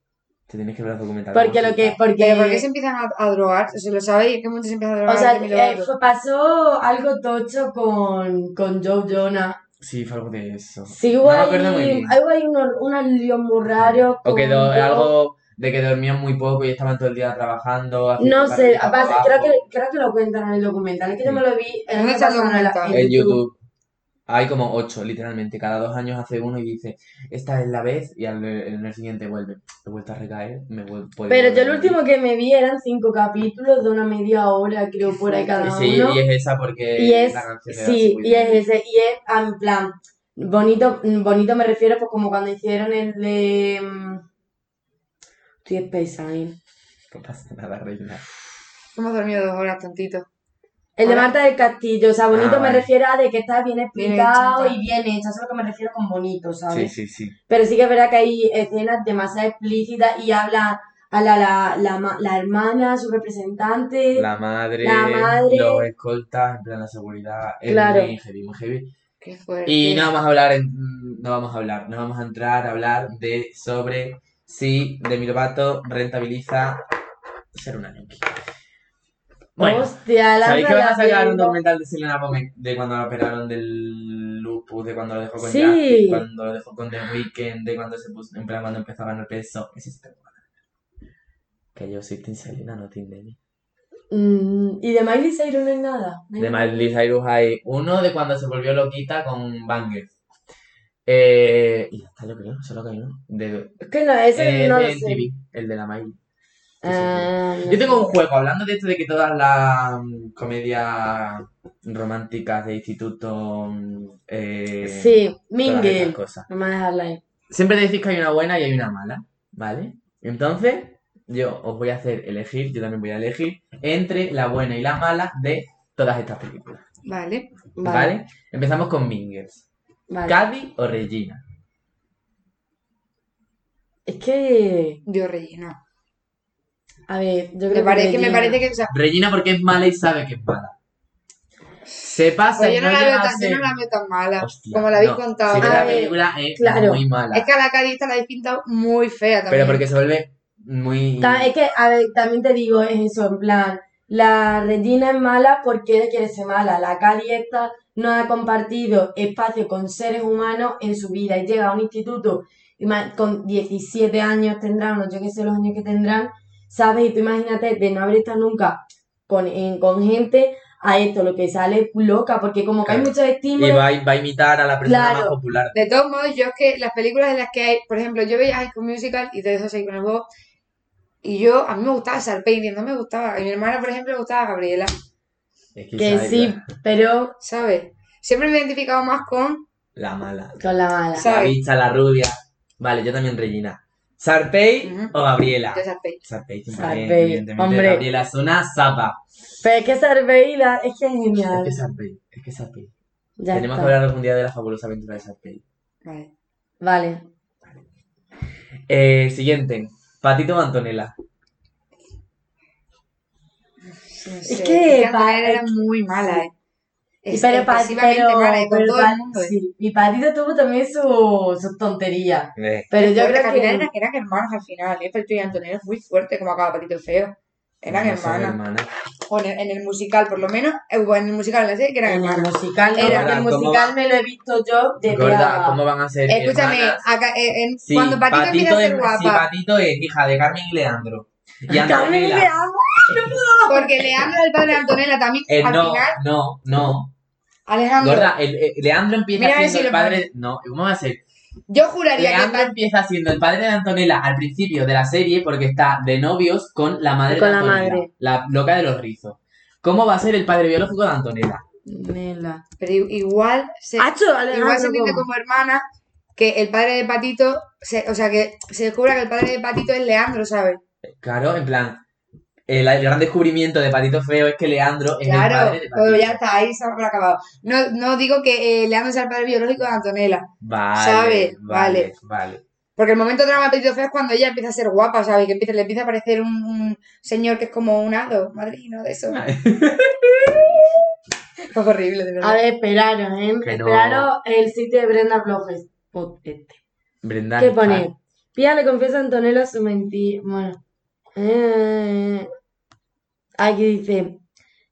Te tienes que ver los documentales. Porque lo que... Porque Porque, ¿Por qué se empiezan a, a drogar? Se lo sabéis que muchos se empiezan a drogar eh, o sea, de mi eh, lobato. fue- pasó algo tocho con, con Joe Jonah. Sí, fue algo de eso. Sí, No hubo me acuerdo muy ahí, bien. algo ahí unos, unos líos muy raros. O con que do- Joe. algo de que dormían muy poco y estaban todo el día trabajando. haciendo No sé, carreras pasa- abajo. creo, que, creo que lo cuentan en el documental. Es que yo me lo vi en ¿Dónde una está el persona en la- documental? En YouTube. Hay como ocho, literalmente. Cada dos años hace uno y dice, esta es la vez, y al, en el siguiente vuelve. He vuelto a recaer, me vuelvo. Pero yo el último que me vi eran cinco capítulos de una media hora, creo, por ahí cada Sí, uno. y es esa porque Y es, la canción de sí, Dancing with y es the Devil. ese, y es, ah, en plan, bonito, mm, bonito me refiero, pues como cuando hicieron el de... mm, Estoy ¿eh? espesando. No pasa nada, reina. Hemos dormido dos horas tantito. El de Ahora- Marta del Castillo, o sea, bonito Ah, me vale. refiero a de que está bien Bien explicado hecho, y bien hecho, eso es lo que me refiero con bonito, Sí, ¿sabes? sí, sí. Pero sí que es verdad que hay escenas demasiado explícitas y habla a la, la, la, ma- la hermana, su representante. La madre, La madre. los escoltas, en plan la seguridad. Es Claro. muy heavy, muy heavy. Qué fuerte. Y no vamos a hablar, en- mm, no vamos a hablar, no vamos a entrar a hablar de sobre si Demi Lovato rentabiliza ser una Yankee. Bueno, Hostia, la ¿sabéis que van a la sacar un tengo. documental de Selena Gomez de cuando la operaron del lupus, de cuando lo dejó con Sí. Justin, cuando lo dejó con The Weeknd, de cuando se puso, en plan cuando empezó a ganar peso? Ese sí te lo voy a dar. Que yo soy Team Selena, no Team Demi. Mm, y de Miley Cyrus no hay nada. No hay De nada. Miley Cyrus hay uno de cuando se volvió loquita con Banger. Eh, y ya está, yo creo, solo que hay uno. De, Es que no, ese eh, no lo de sé. MTV, el de la Miley. Que se Ah, no fue. Yo tengo un sé. juego, hablando de esto de que todas las mm, comedias románticas de instituto. mm, Eh, Sí, todas esas Mingle. cosas. Vamos a dejarla ahí. Siempre decís que hay una buena y hay una mala, ¿vale? Entonces, yo os voy a hacer elegir, yo también voy a elegir, entre la buena y la mala de todas estas películas. Vale. Vale. Vale. Empezamos con Mingers. vale. ¿Cadi o Regina? Es que. Yo rellena. A ver, yo creo Me parece, que me parece que. O sea, Regina porque es mala y sabe que es mala. Se pasa pues y yo no, no la llega veo a tan, yo ser- no la veo tan mala. Hostia, como la habéis no. contado. Sí, que A la ver, película es claro. muy mala. Es que a la carita la habéis pintado muy fea también. Pero porque se vuelve muy... Ta- es que, a ver, también te digo es eso, en plan, la Regina es mala porque ella quiere ser mala. La Cali esta no ha compartido espacio con seres humanos en su vida y llega a un instituto y ma- con 17 años tendrán, no yo qué sé los años que tendrán, ¿sabes? Y tú imagínate de no haber estado nunca con, en- con gente a esto, lo que sale es loca, porque como que hay Claro. muchos Y estímulos. va, a- va a imitar a la persona Claro. más popular. De todos modos, yo es que las películas en las que hay, por ejemplo, yo veía High School Musical y te dejo seguir con el juego. Y yo, a mí me gustaba Sarpey, no me gustaba. Y mi hermana, por ejemplo, le gustaba Gabriela, Es que sabe sí, pero ¿sabes? Siempre me he identificado más con. La, la mala. con la mala. Sí. La Sabe. bicha, la rubia. Vale, yo también Regina. ¿Sarpey Ujú. o Gabriela? Yo Sarpey. Sarpey, Sarpey, evidentemente. hombre. Gabriela es una zapa. Pero es que Sarveila es que es Es genial. que Sarpey, es que Sarpey. Ya Tenemos está. que hablar algún día de la fabulosa aventura de Sarpey. Vale. Vale. Eh, siguiente, Patito o Antonella. No sé, Es que Antonella pa- era muy mala, ¿eh? Es pero pa- excesivamente pero- mala, ¿eh? con pero todo pa- el mundo, ¿eh? sí. Y Patito tuvo también su- sus tonterías. Eh, Pero yo Porque creo al final que. eran, eran hermanas al final, ¿eh? Patito y Antonella es muy fuerte como acaba Patito el Feo. Eran No son hermanas. O en el, en el musical, por lo menos. eh, bueno, en el musical, en la serie, que eran En el hermanas. musical, no, Era- porque el Gorda, ¿cómo musical me lo he visto yo de Gorda, pie a- [LAUGHS] ¿cómo van a ser Escúchame, hermanas? acá, eh, en- Sí, cuando Patito, empieza a ser es- guapa, sí, Patito es hija de Carmen y Leandro. Y Carmen, le Antonella. amo. porque Leandro es el padre de Antonella también, eh, al no, final, no, no. Alejandro, Gorda, el- el- Leandro empieza Mira a ver siendo si el lo padre. No, ¿cómo va a ser? yo juraría que Leandro Pat- empieza siendo el padre de Antonella al principio de la serie porque está de novios con la madre Con de la Antonella, madre. la loca de los rizos. ¿Cómo va a ser el padre biológico de Antonella? Nela. pero i- igual se, Hacho, igual se Ah, Alejandro. entiende como hermana, que el padre de Patito, se- o sea, que se descubra que el padre de Patito es Leandro, ¿sabes? Claro, en plan, el, el gran descubrimiento de Patito Feo es que Leandro es pues claro, el padre de pero Patito. ya está, ahí se ha acabado. No, no digo que eh, Leandro sea el padre biológico de Antonella, Vale, sabe, vale, vale. porque el momento drama de Patito Feo es cuando ella empieza a ser guapa, ¿sabes? Que empieza, le empieza a parecer un, un señor que es como un hado, madrino de eso. [LAUGHS] Es horrible, de verdad. A ver, esperaros, ¿eh? Que no. Esperaros el sitio de Brenda pues, Bloges. Potente. Brenda, ¿Qué pone? Pía le confiesa a Antonella su mentira. Bueno. Eh, Aquí dice.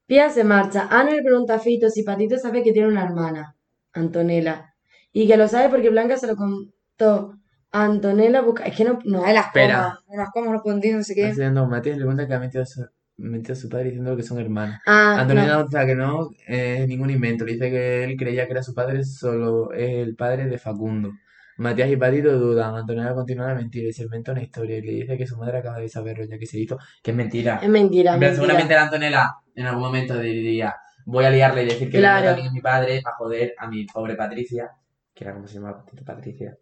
Pía se marcha. Ana le pregunta a Fito si Patito sabe que tiene una hermana, Antonella. Y que lo sabe porque Blanca se lo contó. Antonela busca. Es que no. no. No, en las espera. comas, en las comas, los puntitos, no sé qué. Haciendo, Matías le cuenta que ha mentido a su, mentido a su padre diciendo que son hermanos. Ah, Antonella no. nota que no eh, es ningún invento. Le dice que él creía que era su padre, solo es el padre de Facundo. Matías y Patito dudan. Antonella continúa la mentira y se inventa una historia y le dice que su madre acaba de saberlo ya que se hizo. Que es mentira. Es mentira. En plan, mentira. seguramente la Antonella en algún momento diría, voy a liarle y decir que Leandro Claro. también es mi padre para joder a mi pobre Patricia, que era como se llamaba Patricia.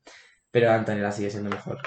Pero Antonella sigue siendo mejor.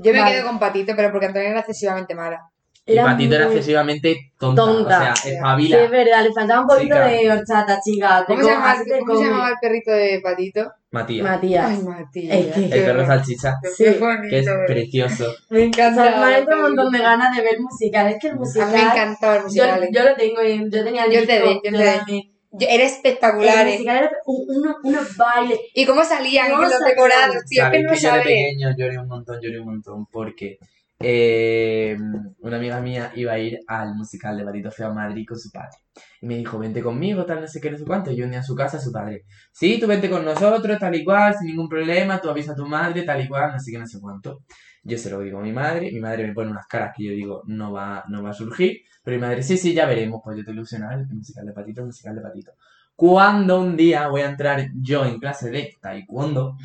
Yo me Vale. quedo con Patito, pero porque Antonella era excesivamente mala. Y Patito era muy- excesivamente tonta. tonta. O sea, Sí, espabila. es verdad, le faltaba un Sí, poquito claro. de horchata, chica. Te ¿Cómo se, co- llamaba, así te cómo se come. llamaba el perrito de Patito? Matías. Matías. Ay, Matías. Es que- qué el perro horror. salchicha, Qué Sí, bonito, que es ¿verdad? precioso. Me O sea, me encantaba. han entrado un montón de ganas de ver musical. Es que el A musical. mí me encantaba el Yo, musical. yo lo tengo, en- yo tenía el Yo disco, te vi, yo te vi. también. Yo- era espectacular. El ¿eh? musical era un- uno- unos bailes. ¿Y cómo salían No los sabía. decorados? Tío, es que Sabéis no que yo de sabes. pequeño lloré un montón, lloré un montón, porque eh, una amiga mía iba a ir al musical de Patito Feo a Madrid con su padre. Y me dijo, vente conmigo, tal, no sé qué, no sé cuánto. Y yo uní a su casa a su padre. Sí, tú vente con nosotros, tal y cual, sin ningún problema, tú avisa a tu madre, tal y cual, no sé qué, no sé cuánto. Yo se lo digo a mi madre, mi madre me pone unas caras que yo digo, no va, no va a surgir. Pero mi madre, sí, sí, ya veremos, pues yo te ilusionaba, el musical de Patito, el musical de Patito. Cuando un día voy a entrar yo en clase de taekwondo,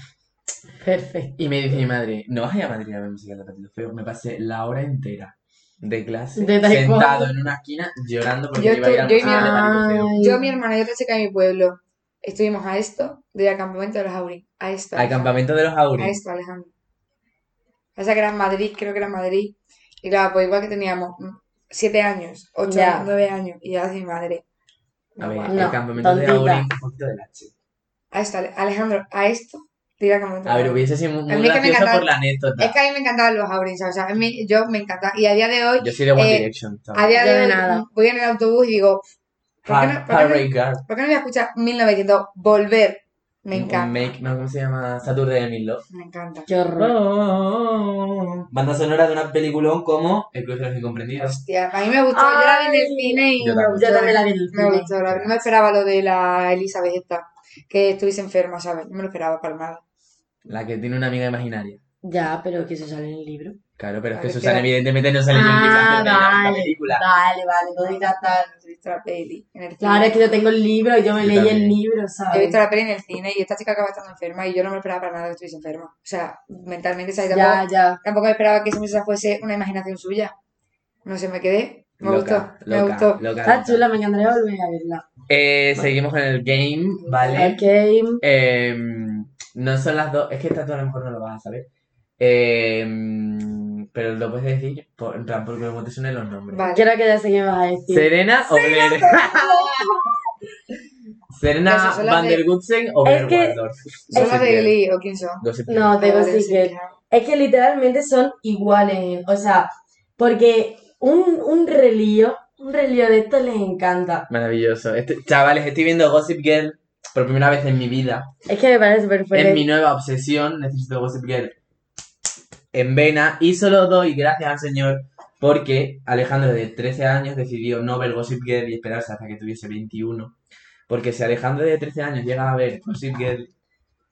Perfecto. y me dice mi madre, no vas a ir a Madrid a ver musical de Patito Feo. Me pasé la hora entera de clase De taekwondo. sentado en una esquina llorando porque Yo iba a ir al tu- yo y mi musical de Patito Feo. Yo, mi hermana y otra chica de mi pueblo estuvimos a esto del acampamento de los Aurin. A esto. Al campamento de los A auris. esto, Alejandro. O sea, que era en Madrid, creo que era en Madrid. Y claro, pues igual que teníamos mm, siete años, ocho, Ya. años, nueve años, y ya es mi madre. A ver, Guau. el No, campamento de tontita. auris, un poquito de lache. A esto, Ale- Alejandro, a esto, del acampamento. A de ver, los hubiese sido muy A mí es que me gracioso encantaba- por la anécdota. Es que a mí me encantaban los Aurin, ¿sabes? O sea, a mí, yo me encantaba. Y a día de hoy, Yo soy de One eh, Direction. a día Yo de de hoy, nada. voy en el autobús y digo, ¿por qué no, por qué no- Harry Girl. por qué no voy a escuchar 1900? Volver. Me Un- un encanta. Make, no, ¿Cómo se llama? Saturday Night Love. Me encanta. Qué horror. Banda sonora de una peliculón como El Club de los Incomprendidos. Hostia, a mí me gustó. yo la vi en el Ay, cine y yo me también. gustó. Yo también la vi en el Me cine. gustó, la verdad. No me esperaba lo de la Elizabeth esta, que estuviese enferma, ¿sabes? No me lo esperaba para nada. La que tiene una amiga imaginaria. Ya, pero que eso sale en el libro. Claro, pero es Vale, que es que Susana la- evidentemente no salió Ah, en la vale. película. Vale, vale. entonces ya está. Yo he visto la peli en el cine. Claro, es que yo tengo el libro y yo me Yo leí también. el libro, Yo he ¿sabes? visto la peli en el cine y esta chica acaba estando enferma y yo no me lo esperaba para nada que estuviese enferma. O sea, mentalmente, ¿sabes? Tampoco, Ya, ya. tampoco me esperaba que esa muchacha fuese una imaginación suya. No sé, me quedé. Me Loca, gustó, me loca, gustó. loca, Está loca. chula, me encantaría volver a verla. Eh, seguimos con el game, ¿vale? Ok. Eh, no son las dos, es que esta tú a lo mejor no lo vas a saber. Eh, pero lo puedes decir, por, en plan, porque luego te suenen los nombres. Vale. Creo que ya sé qué me vas a decir. Serena o Blair. [LAUGHS] Serena Eso, son las Van de- der Gutsen o Blair que- Waldorf. ¿Son las Gossip de Girl. Glee o quién son? Gossip Girl. No, de Ah, Gossip vale, sí, Girl. claro. Es que literalmente son iguales, o sea, porque un, un relío, un relío de esto les encanta. Maravilloso. Este- chavales, estoy viendo Gossip Girl por primera vez en mi vida. Es que me parece súper es fuerte. mi nueva obsesión, necesito Gossip Girl en vena y solo doy gracias al señor porque Alejandro de 13 años decidió no ver Gossip Girl y esperarse hasta que tuviese 21. Porque si Alejandro de 13 años llega a ver Gossip Girl,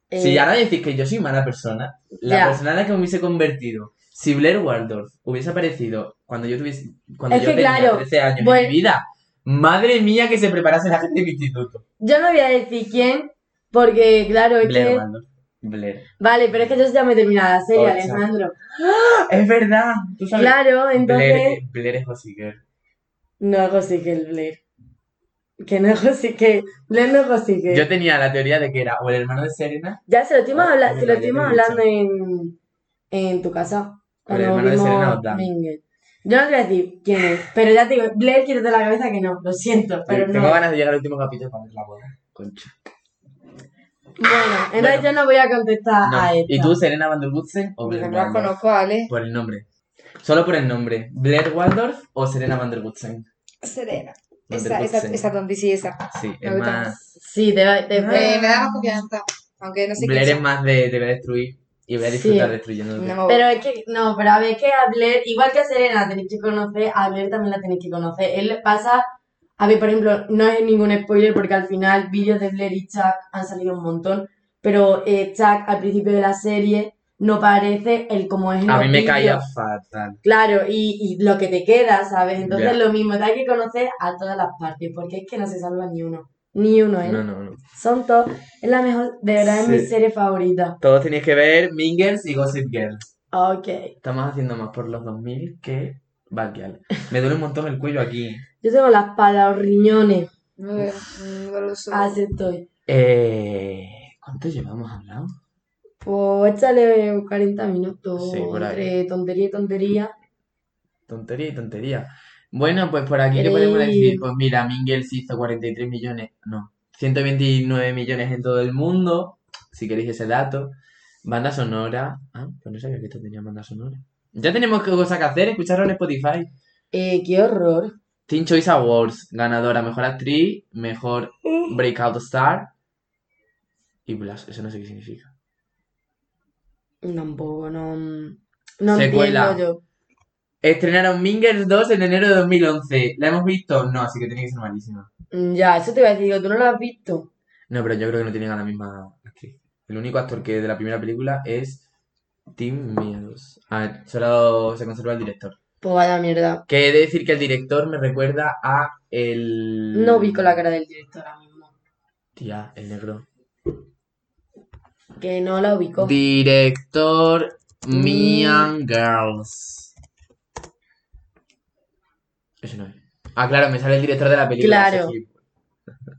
Eh, si ya no decís que yo soy mala persona, la ya. persona en la que me hubiese convertido, si Blair Waldorf hubiese aparecido cuando yo tuviese cuando Es yo que tenía claro, 13 años bueno. en mi vida, madre mía que se preparase la gente de mi instituto. Yo no voy a decir quién, porque claro, es Blair que... Waldorf. Blair. Vale, pero es que yo ya me he terminado la serie, Ocha. Alejandro. Es verdad, tú sabes. Claro, entonces... Blair, Blair es Gossip Girl. No, Gossip Girl, Blair. Que no es Rosy, que Blaine no es Rosy, que- Yo tenía la teoría de que era o el hermano de Serena, Ya se lo estuvimos, Ah, habla- es se lo verdad, ya estuvimos lo he dicho. hablando en, en tu casa. Con el cuando hermano de vimos Serena Otdam. Mingle. Yo no te voy a decir quién es, pero ya te digo, Blair, quítate la cabeza que no, lo siento, pero tengo no. ganas de llegar al último capítulo para ver la boda. Concha. Bueno, entonces Bueno. yo no voy a contestar No. a esta. ¿Y tú, Serena Van der Woodsen o Blair Pues No las Waldorf? conozco, Ale. Por el nombre. Solo por el nombre. ¿Blair Waldorf o Serena Van der Woodsen? Serena. Van Esa, der esa, Woodsen. esa tonti, sí, esa. Ah. Sí, Me es gusta más. Sí, te va, te va- Eh, me da más confianza. Aunque no sé Blair quién es más de te voy a destruir y voy a disfrutar Sí. sea. destruyéndote. No me- Pero es que, no, pero a ver, es que a Blair, igual que a Serena la tenéis que conocer, a Blair también la tenéis que conocer. Él pasa, a ver, por ejemplo, no es ningún spoiler porque al final vídeos de Blair y Chuck han salido un montón, pero eh, Chuck al principio de la serie no parece el como es en A los mí me vídeos. caía fatal. Claro, y, y lo que te queda, ¿sabes? Entonces Ya. lo mismo, te hay que conocer a todas las partes, porque es que no se salva ni uno. Ni uno, ¿eh? No, no, no. Son todos. Es la mejor, de verdad es mi Sí. serie favorita. Todos tenéis que ver Mingers y Gossip Girl. Ok. Estamos haciendo más por los 2000 que Backyard. Me duele un montón el cuello aquí. Yo tengo las palas, los riñones. Me duele, me duele los ojos. Así Ah, estoy. Eh, ¿Cuánto llevamos hablando? Pues échale 40 minutos. Sí, por ahí. Entre tontería y tontería. Tontería y tontería. Bueno, pues por aquí le podemos Ey. decir, pues mira, Mingers hizo 43 millones, no, 129 millones en todo el mundo, si queréis ese dato. Banda sonora. Ah, pues no sabía que esto tenía banda sonora. Ya tenemos cosas que hacer, escucharos en Spotify. Eh, qué horror. Teen Choice Awards, ganadora, mejor actriz, mejor breakout star. Y Blas, eso no sé qué significa. Tampoco, no. No Secuela. entiendo yo. Estrenaron Mingers 2 en enero de 2011. ¿La hemos visto? No, así que tiene que ser malísima. Mm, Ya, eso te iba a decir, digo, tú no lo has visto. No, pero yo creo que no tienen a la misma actriz. El único actor que de la primera película es Tim Meadows. Ah, solo se conserva el director. Pues vaya mierda. Que he de decir que el director me recuerda a el... No vi con la cara del director ahora mismo. Tía, el negro. Que no la ubico. Director Mm. Mean Girls. Eso no es. Ah, claro, me sale el director de la película. Claro. ese gilipollas. [LAUGHS]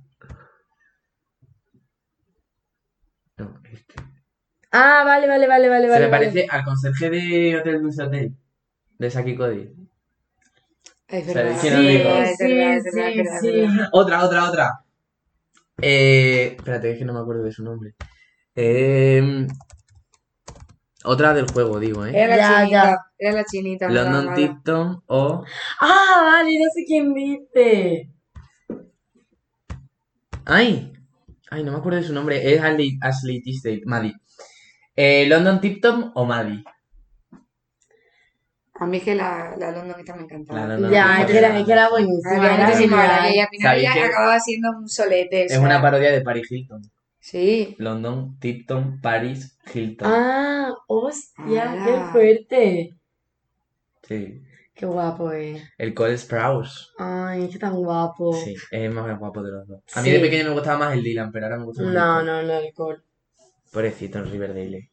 No, este. Ah, vale, vale, vale, vale, Se vale. me parece al conserje de Hotel Dulce Hotel. De Saki Cody. Ay, es sea, verdad. diciendo Sí, digo. Es verdad, es verdad, es sí, verdad, es sí, verdad. sí. Otra, otra, otra. Eh, espérate, es que no me acuerdo de su nombre. Em, otra del juego, digo, ¿eh? Era la Ya, chinita. ya. Era la chinita. la London mala. Tipton o... Ah, vale, ya sé quién dice. Ay, ay, no me acuerdo de su nombre. Es Ashley, Ashley Tisdale, Maddie. Eh, ¿London Tipton o Maddie? A mí es que la, la London esta me encantaba. La London ya, Tipton. es que era, es que era buenísima. Además, era era muy genial. mala, y al final ¿Sabéis ella que- acababa siendo un solete. o Es sea, una parodia de Paris Hilton. Sí. London Tipton, Paris Hilton. Ah, hostia, Ah. qué fuerte. Sí. Qué guapo, eh. El Cole Sprouse. Ay, es que tan guapo. Sí, es el más guapo de los dos. A mí Sí. de pequeño me gustaba más el Dylan, pero ahora me gusta más el No, Cole. no, no, alcohol. Pobrecito en Riverdale.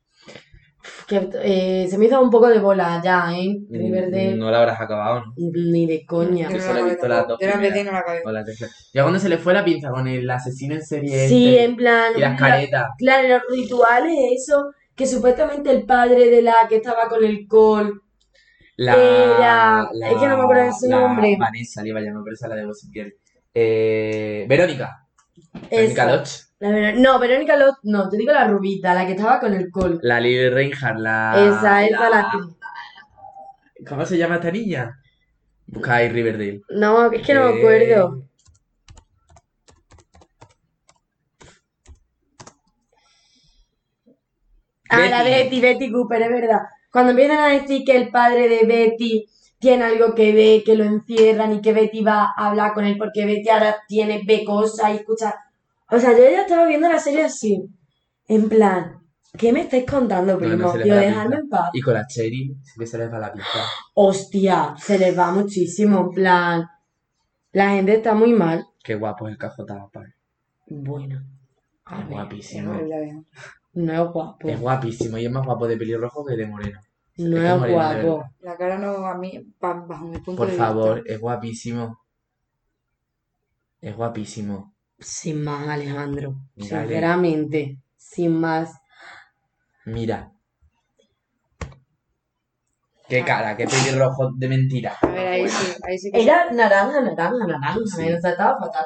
Que, eh, se me hizo un poco de bola ya, ¿eh? Riverdale, Mm, No la habrás acabado, ¿no? ni de coña. Yo no Yo la solo he acabé visto las tampoco. dos Yo la empecé y primeras. no la acabé. O la tercera. Ya cuando se le fue la pinza con el asesino en serie Sí, este en plan. y las caretas. Claro, los rituales, eso, que supuestamente el padre de la que estaba con el col. La, Era- es que no me acuerdo de su la nombre. Vanessa, le iba a llamar, pero esa es la de Gossip Girl. Eh, Verónica. Verónica esa. Lodge. La Vero- no, Verónica Lodge, no, te digo la rubita, la que estaba con el col. La Lily Reinhardt. La, esa, esa la... ¿Cómo se llama esta niña? Busca ahí Riverdale. No, es que no me Eh, acuerdo. Ah, la Betty. Betty, Betty Cooper, es verdad. Cuando empiezan a decir que el padre de Betty tiene algo que ve, que lo encierran y que Betty va a hablar con él porque Betty ahora tiene, ve cosas y escucha. O sea, yo ya estaba viendo la serie así, en plan, ¿qué me estáis contando, no primo? se le Tío, va la dejadme pinza. en paz. Y con la Cherry siempre se les va la pista. Hostia, se les va muchísimo, en plan, la gente está muy mal. Qué guapo es el cajota. pa. Bueno, a Es ver, Es guapísimo. horrible, ¿eh? no es guapo, Es guapísimo y es más guapo de pelirrojo que de moreno. no es que es es morena, de guapo. verdad. La cara no, a mí, pa- bajo mi punto Por de vista. favor, es guapísimo. Es guapísimo. Sin más, Alejandro. Mira, Ale. Sinceramente, sin más. Mira. Qué cara, qué pelirrojo de mentira. A ver, ahí sí, ahí sí que sí. Era naranja, naranja, naranja. Sí. O sea, estaba fatal.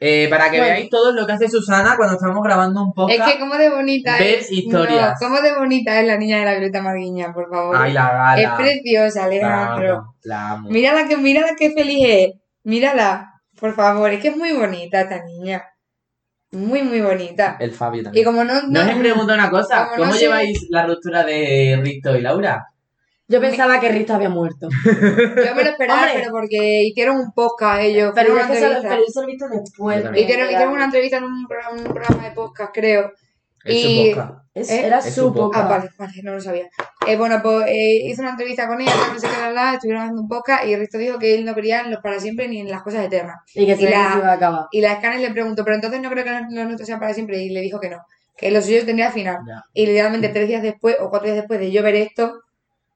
Eh, para que Bueno. veáis todo lo que hace Susana cuando estamos grabando un podcast. Es que como de bonita ver es. historias. No, como de bonita es la niña de la Violeta Marguiña, por favor. Ay, la es gala. preciosa, La Alejandro. amo, la amo. Mírala que, mírala que feliz es. Mírala, por favor. Es que es muy bonita esta niña. Muy, muy bonita. El Fabio Y también. como no. No os he preguntado una cosa. Como no ¿Cómo sé- lleváis la ruptura de Rito y Laura? Yo pensaba que Risto [LAUGHS] había muerto. yo me lo esperaba, Hombre. pero porque hicieron un podcast ellos. Pero hicieron es una que se lo, entrevista. pero eso lo he visto después. Yo también. Hicieron, hicieron una entrevista en un, programa- un programa de podcast, creo. En su Y- boca. Es- ¿Eh? Era Es su su boca. Ah, vale, vale, no lo sabía. Eh, bueno, pues eh, hizo una entrevista con ella, tal, no sé qué, la, la, estuvieron haciendo un podcast y Risto dijo que él no creía en los para siempre ni en las cosas eternas. Y que se Y la- les iba a acabar. Y la Scanner le preguntó, pero entonces no creo que los los nuestros sean para siempre. Y le dijo que no, que los suyos tendría final. Ya. Y literalmente tres días después o cuatro días después de yo ver esto,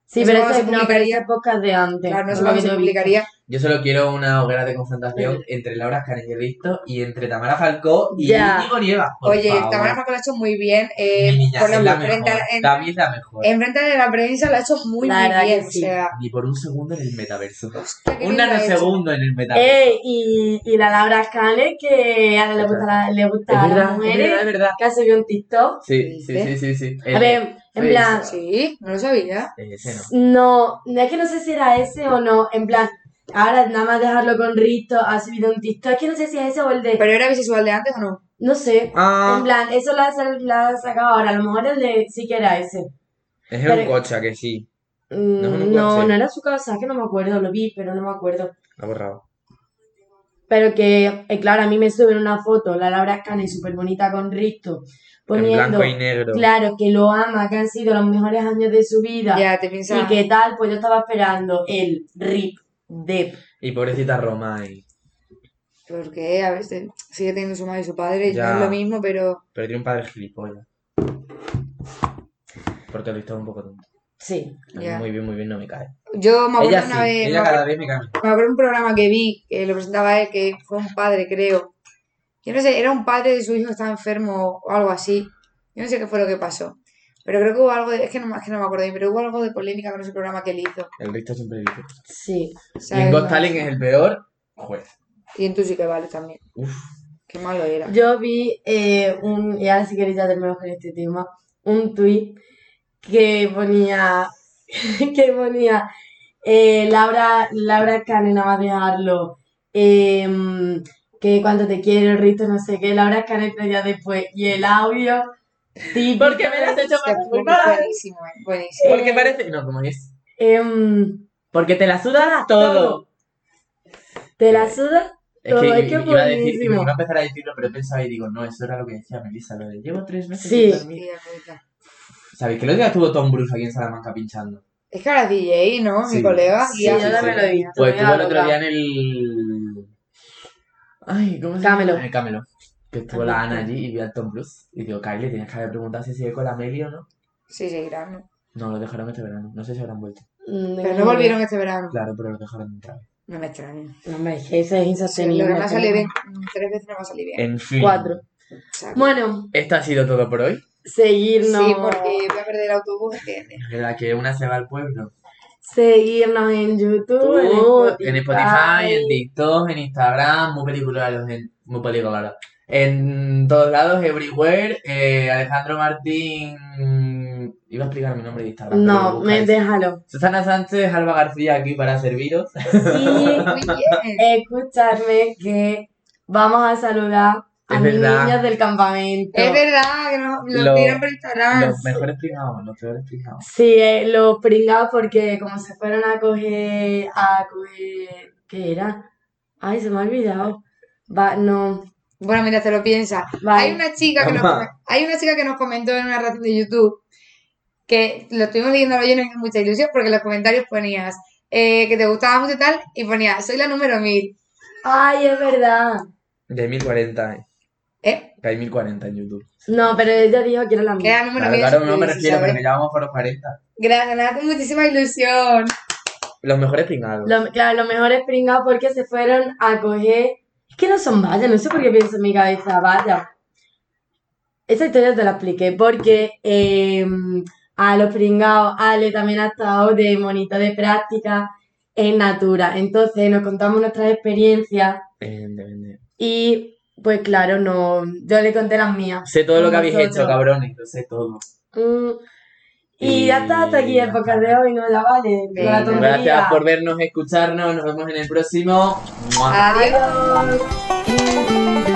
Sí, Eso pero no eso se no, pero publicaría. ese podcast de antes. claro, no sé por lo cómo que se yo he publicaría. Yo solo quiero una hoguera de confrontación entre Laura Escanes y Risto y entre Tamara Falcó y Ya. Íñigo Nieva. por Oye, favor. Tamara Franco lo ha hecho muy bien. Eh, Mi niña, por es ejemplo, la frente, mejor. a- en, Em- También es la mejor. en frente de la prensa lo ha hecho muy, La muy verdad que bien. sí. O sea, Ni por un segundo en el metaverso. hostia, qué Un bien lo ha hecho. nanosegundo en el metaverso. Ey, y, y la Laura Scales, que ahora le gusta, la- le gusta es a verdad, es las verdad, es mujeres, verdad. que ha subido un TikTok. Sí, sí, sí, sí, sí. A ver, en sí, plan, Sí, no lo sabía. Ese no. no, no es que no sé si era ese o no, en plan, ahora nada más dejarlo con Risto, ha subido un TikTok, es que no sé si es ese o el de, ¿Pero era bisexual de antes o no? no sé, en Ah, plan, eso lo ha, sal- lo ha sacado ahora, a lo mejor el de, sí que era ese. es pero- un coche, ¿a que sí. Mm, No, no puede no, ser. no era su casa, es que no me acuerdo, lo vi, pero no me acuerdo. Lo ha borrado. Pero que, eh, claro, a mí me suben una foto, la Laura Scales súper bonita con Risto, En poniendo, blanco y negro. claro, que lo ama, que han sido los mejores años de su vida. Ya, te piensas. ¿Y qué tal? Pues yo estaba esperando el rip de... Y pobrecita Romay. Porque a veces sigue teniendo su madre y su padre, Ya. no es lo mismo, pero Pero tiene un padre gilipollas. Porque lo estaba un poco tonto. Sí. A mí Ya. Muy bien, muy bien, no me cae. yo me acuerdo Ella sí, una vez, ella me cada acuerdo, vez me cae. me acuerdo un programa que vi, que lo presentaba él, que fue un padre, creo. Yo no sé, era un padre de su hijo que estaba enfermo o algo así. Yo no sé qué fue lo que pasó. Pero creo que hubo algo de, es que no, me- es que no me acuerdo bien, pero hubo algo de polémica con ese programa que él hizo. El Risto siempre dice. Sí. Y ¿sabes? en Ghost Talent es el peor juez. Y en tú sí que vale también. Uf. Qué malo era. Yo vi eh, un... Y ahora si queréis ya terminamos con este tema. Un tuit que ponía... [LAUGHS] que ponía... eh, Laura, Laura Scales, nada más dejarlo. em, que cuando te quiero, Risto, no sé qué. Laura Scales tres días después. Y el audio... típico Porque me lo has de- hecho Este para fue culpar. buenísimo, eh, buenísimo. Porque parece. No, como es. em, Porque te la sudas todo. ¿Te la sudas? Es Todo, que, es que iba a decir, buenísimo. iba a empezar a decirlo, pero he pensado y digo, no, eso era lo que decía Melissa, lo de llevo tres meses Sí. sin dormir. Tía, puta. ¿Sabéis que el otro día estuvo Tom Bruce aquí en Salamanca pinchando? Es que ahora es DJ, ¿no? Mi Sí. colega. Sí, y hace- yo también lo he visto. Pues me estuvo el da otro loca. día en el. Ay, ¿cómo se Camelo. llama? En el Camelo. Que estuvo la Camelo. Ana allí y vi al Tom Bruce. Y digo, Kylie, tienes que haber preguntado si sigue con la Meli o no. Sí, seguirán, ¿no? No, lo dejaron este verano. No sé si habrán vuelto. Mm, Pero no volvieron este verano. Claro, pero lo dejaron entrar. No me extraño. No, hombre, es que eso es insostenible. Lo que me ha salido bien, mm, tres veces no me ha salido bien. En fin. Cuatro. Exacto. Bueno, Esto ha sido todo por hoy. seguirnos. Sí, porque voy a perder el autobús. que- [LAUGHS] Es verdad que una se va al pueblo. Seguirnos en YouTube, en Tú, Spotify. Uh, en Spotify, en TikTok, en Instagram, muy pelicularos, en, muy pelicularos. En todos lados, everywhere. eh, Alejandro Martín. mm, Iba a explicar mi nombre de Instagram. pero lo No, me buscáis. [LAUGHS] déjalo. Susana Sánchez, Alba García aquí para serviros. Sí, Muy bien. escucharme que vamos a saludar a Es mis verdad. niñas del campamento. Es verdad que nos lo Lo- pidieron por Instagram. Los mejores pringados, los peores pringados. Sí, eh, los pringados porque como se fueron a coger, a coger, ¿qué era? Ay, se me ha olvidado. Va, no, Bueno, mira, te lo piensas. Vale. Hay una chica que nos Toma. come- hay una chica que nos comentó en una ración de YouTube que lo estuvimos leyendo hoy y nos hizo mucha ilusión porque en los comentarios ponías eh, que te gustaba mucho y tal y ponía soy la número 1000. Ay, es verdad. De 1040, eh, ¿Eh? que hay 1040 en YouTube. No, pero ella dijo que era la Que mía. era la número Claro, 1000. claro, no me refiero, ¿sabes? pero que ya vamos por los 40. Gracias, me hace muchísima ilusión. Los mejores pringados. Lo- claro, los mejores pringados porque se fueron a coger Es que no son vallas, no sé por qué pienso en mi cabeza vallas. Esta historia te la expliqué porque eh, a los pringados, Ale también ha estado de monito de práctica en Natura. Entonces nos contamos nuestras experiencias Evidentemente. y pues claro, no, yo le conté las mías. Sé todo lo que habéis Nosotros. hecho, cabrones, lo sé todo. Mm, Y, ya está, hasta aquí el podcast de hoy, no la vale. no la Venga. tontería. Gracias por Ah. vernos, escucharnos. Nos vemos en el próximo. ¡Mua! Adiós. Adiós.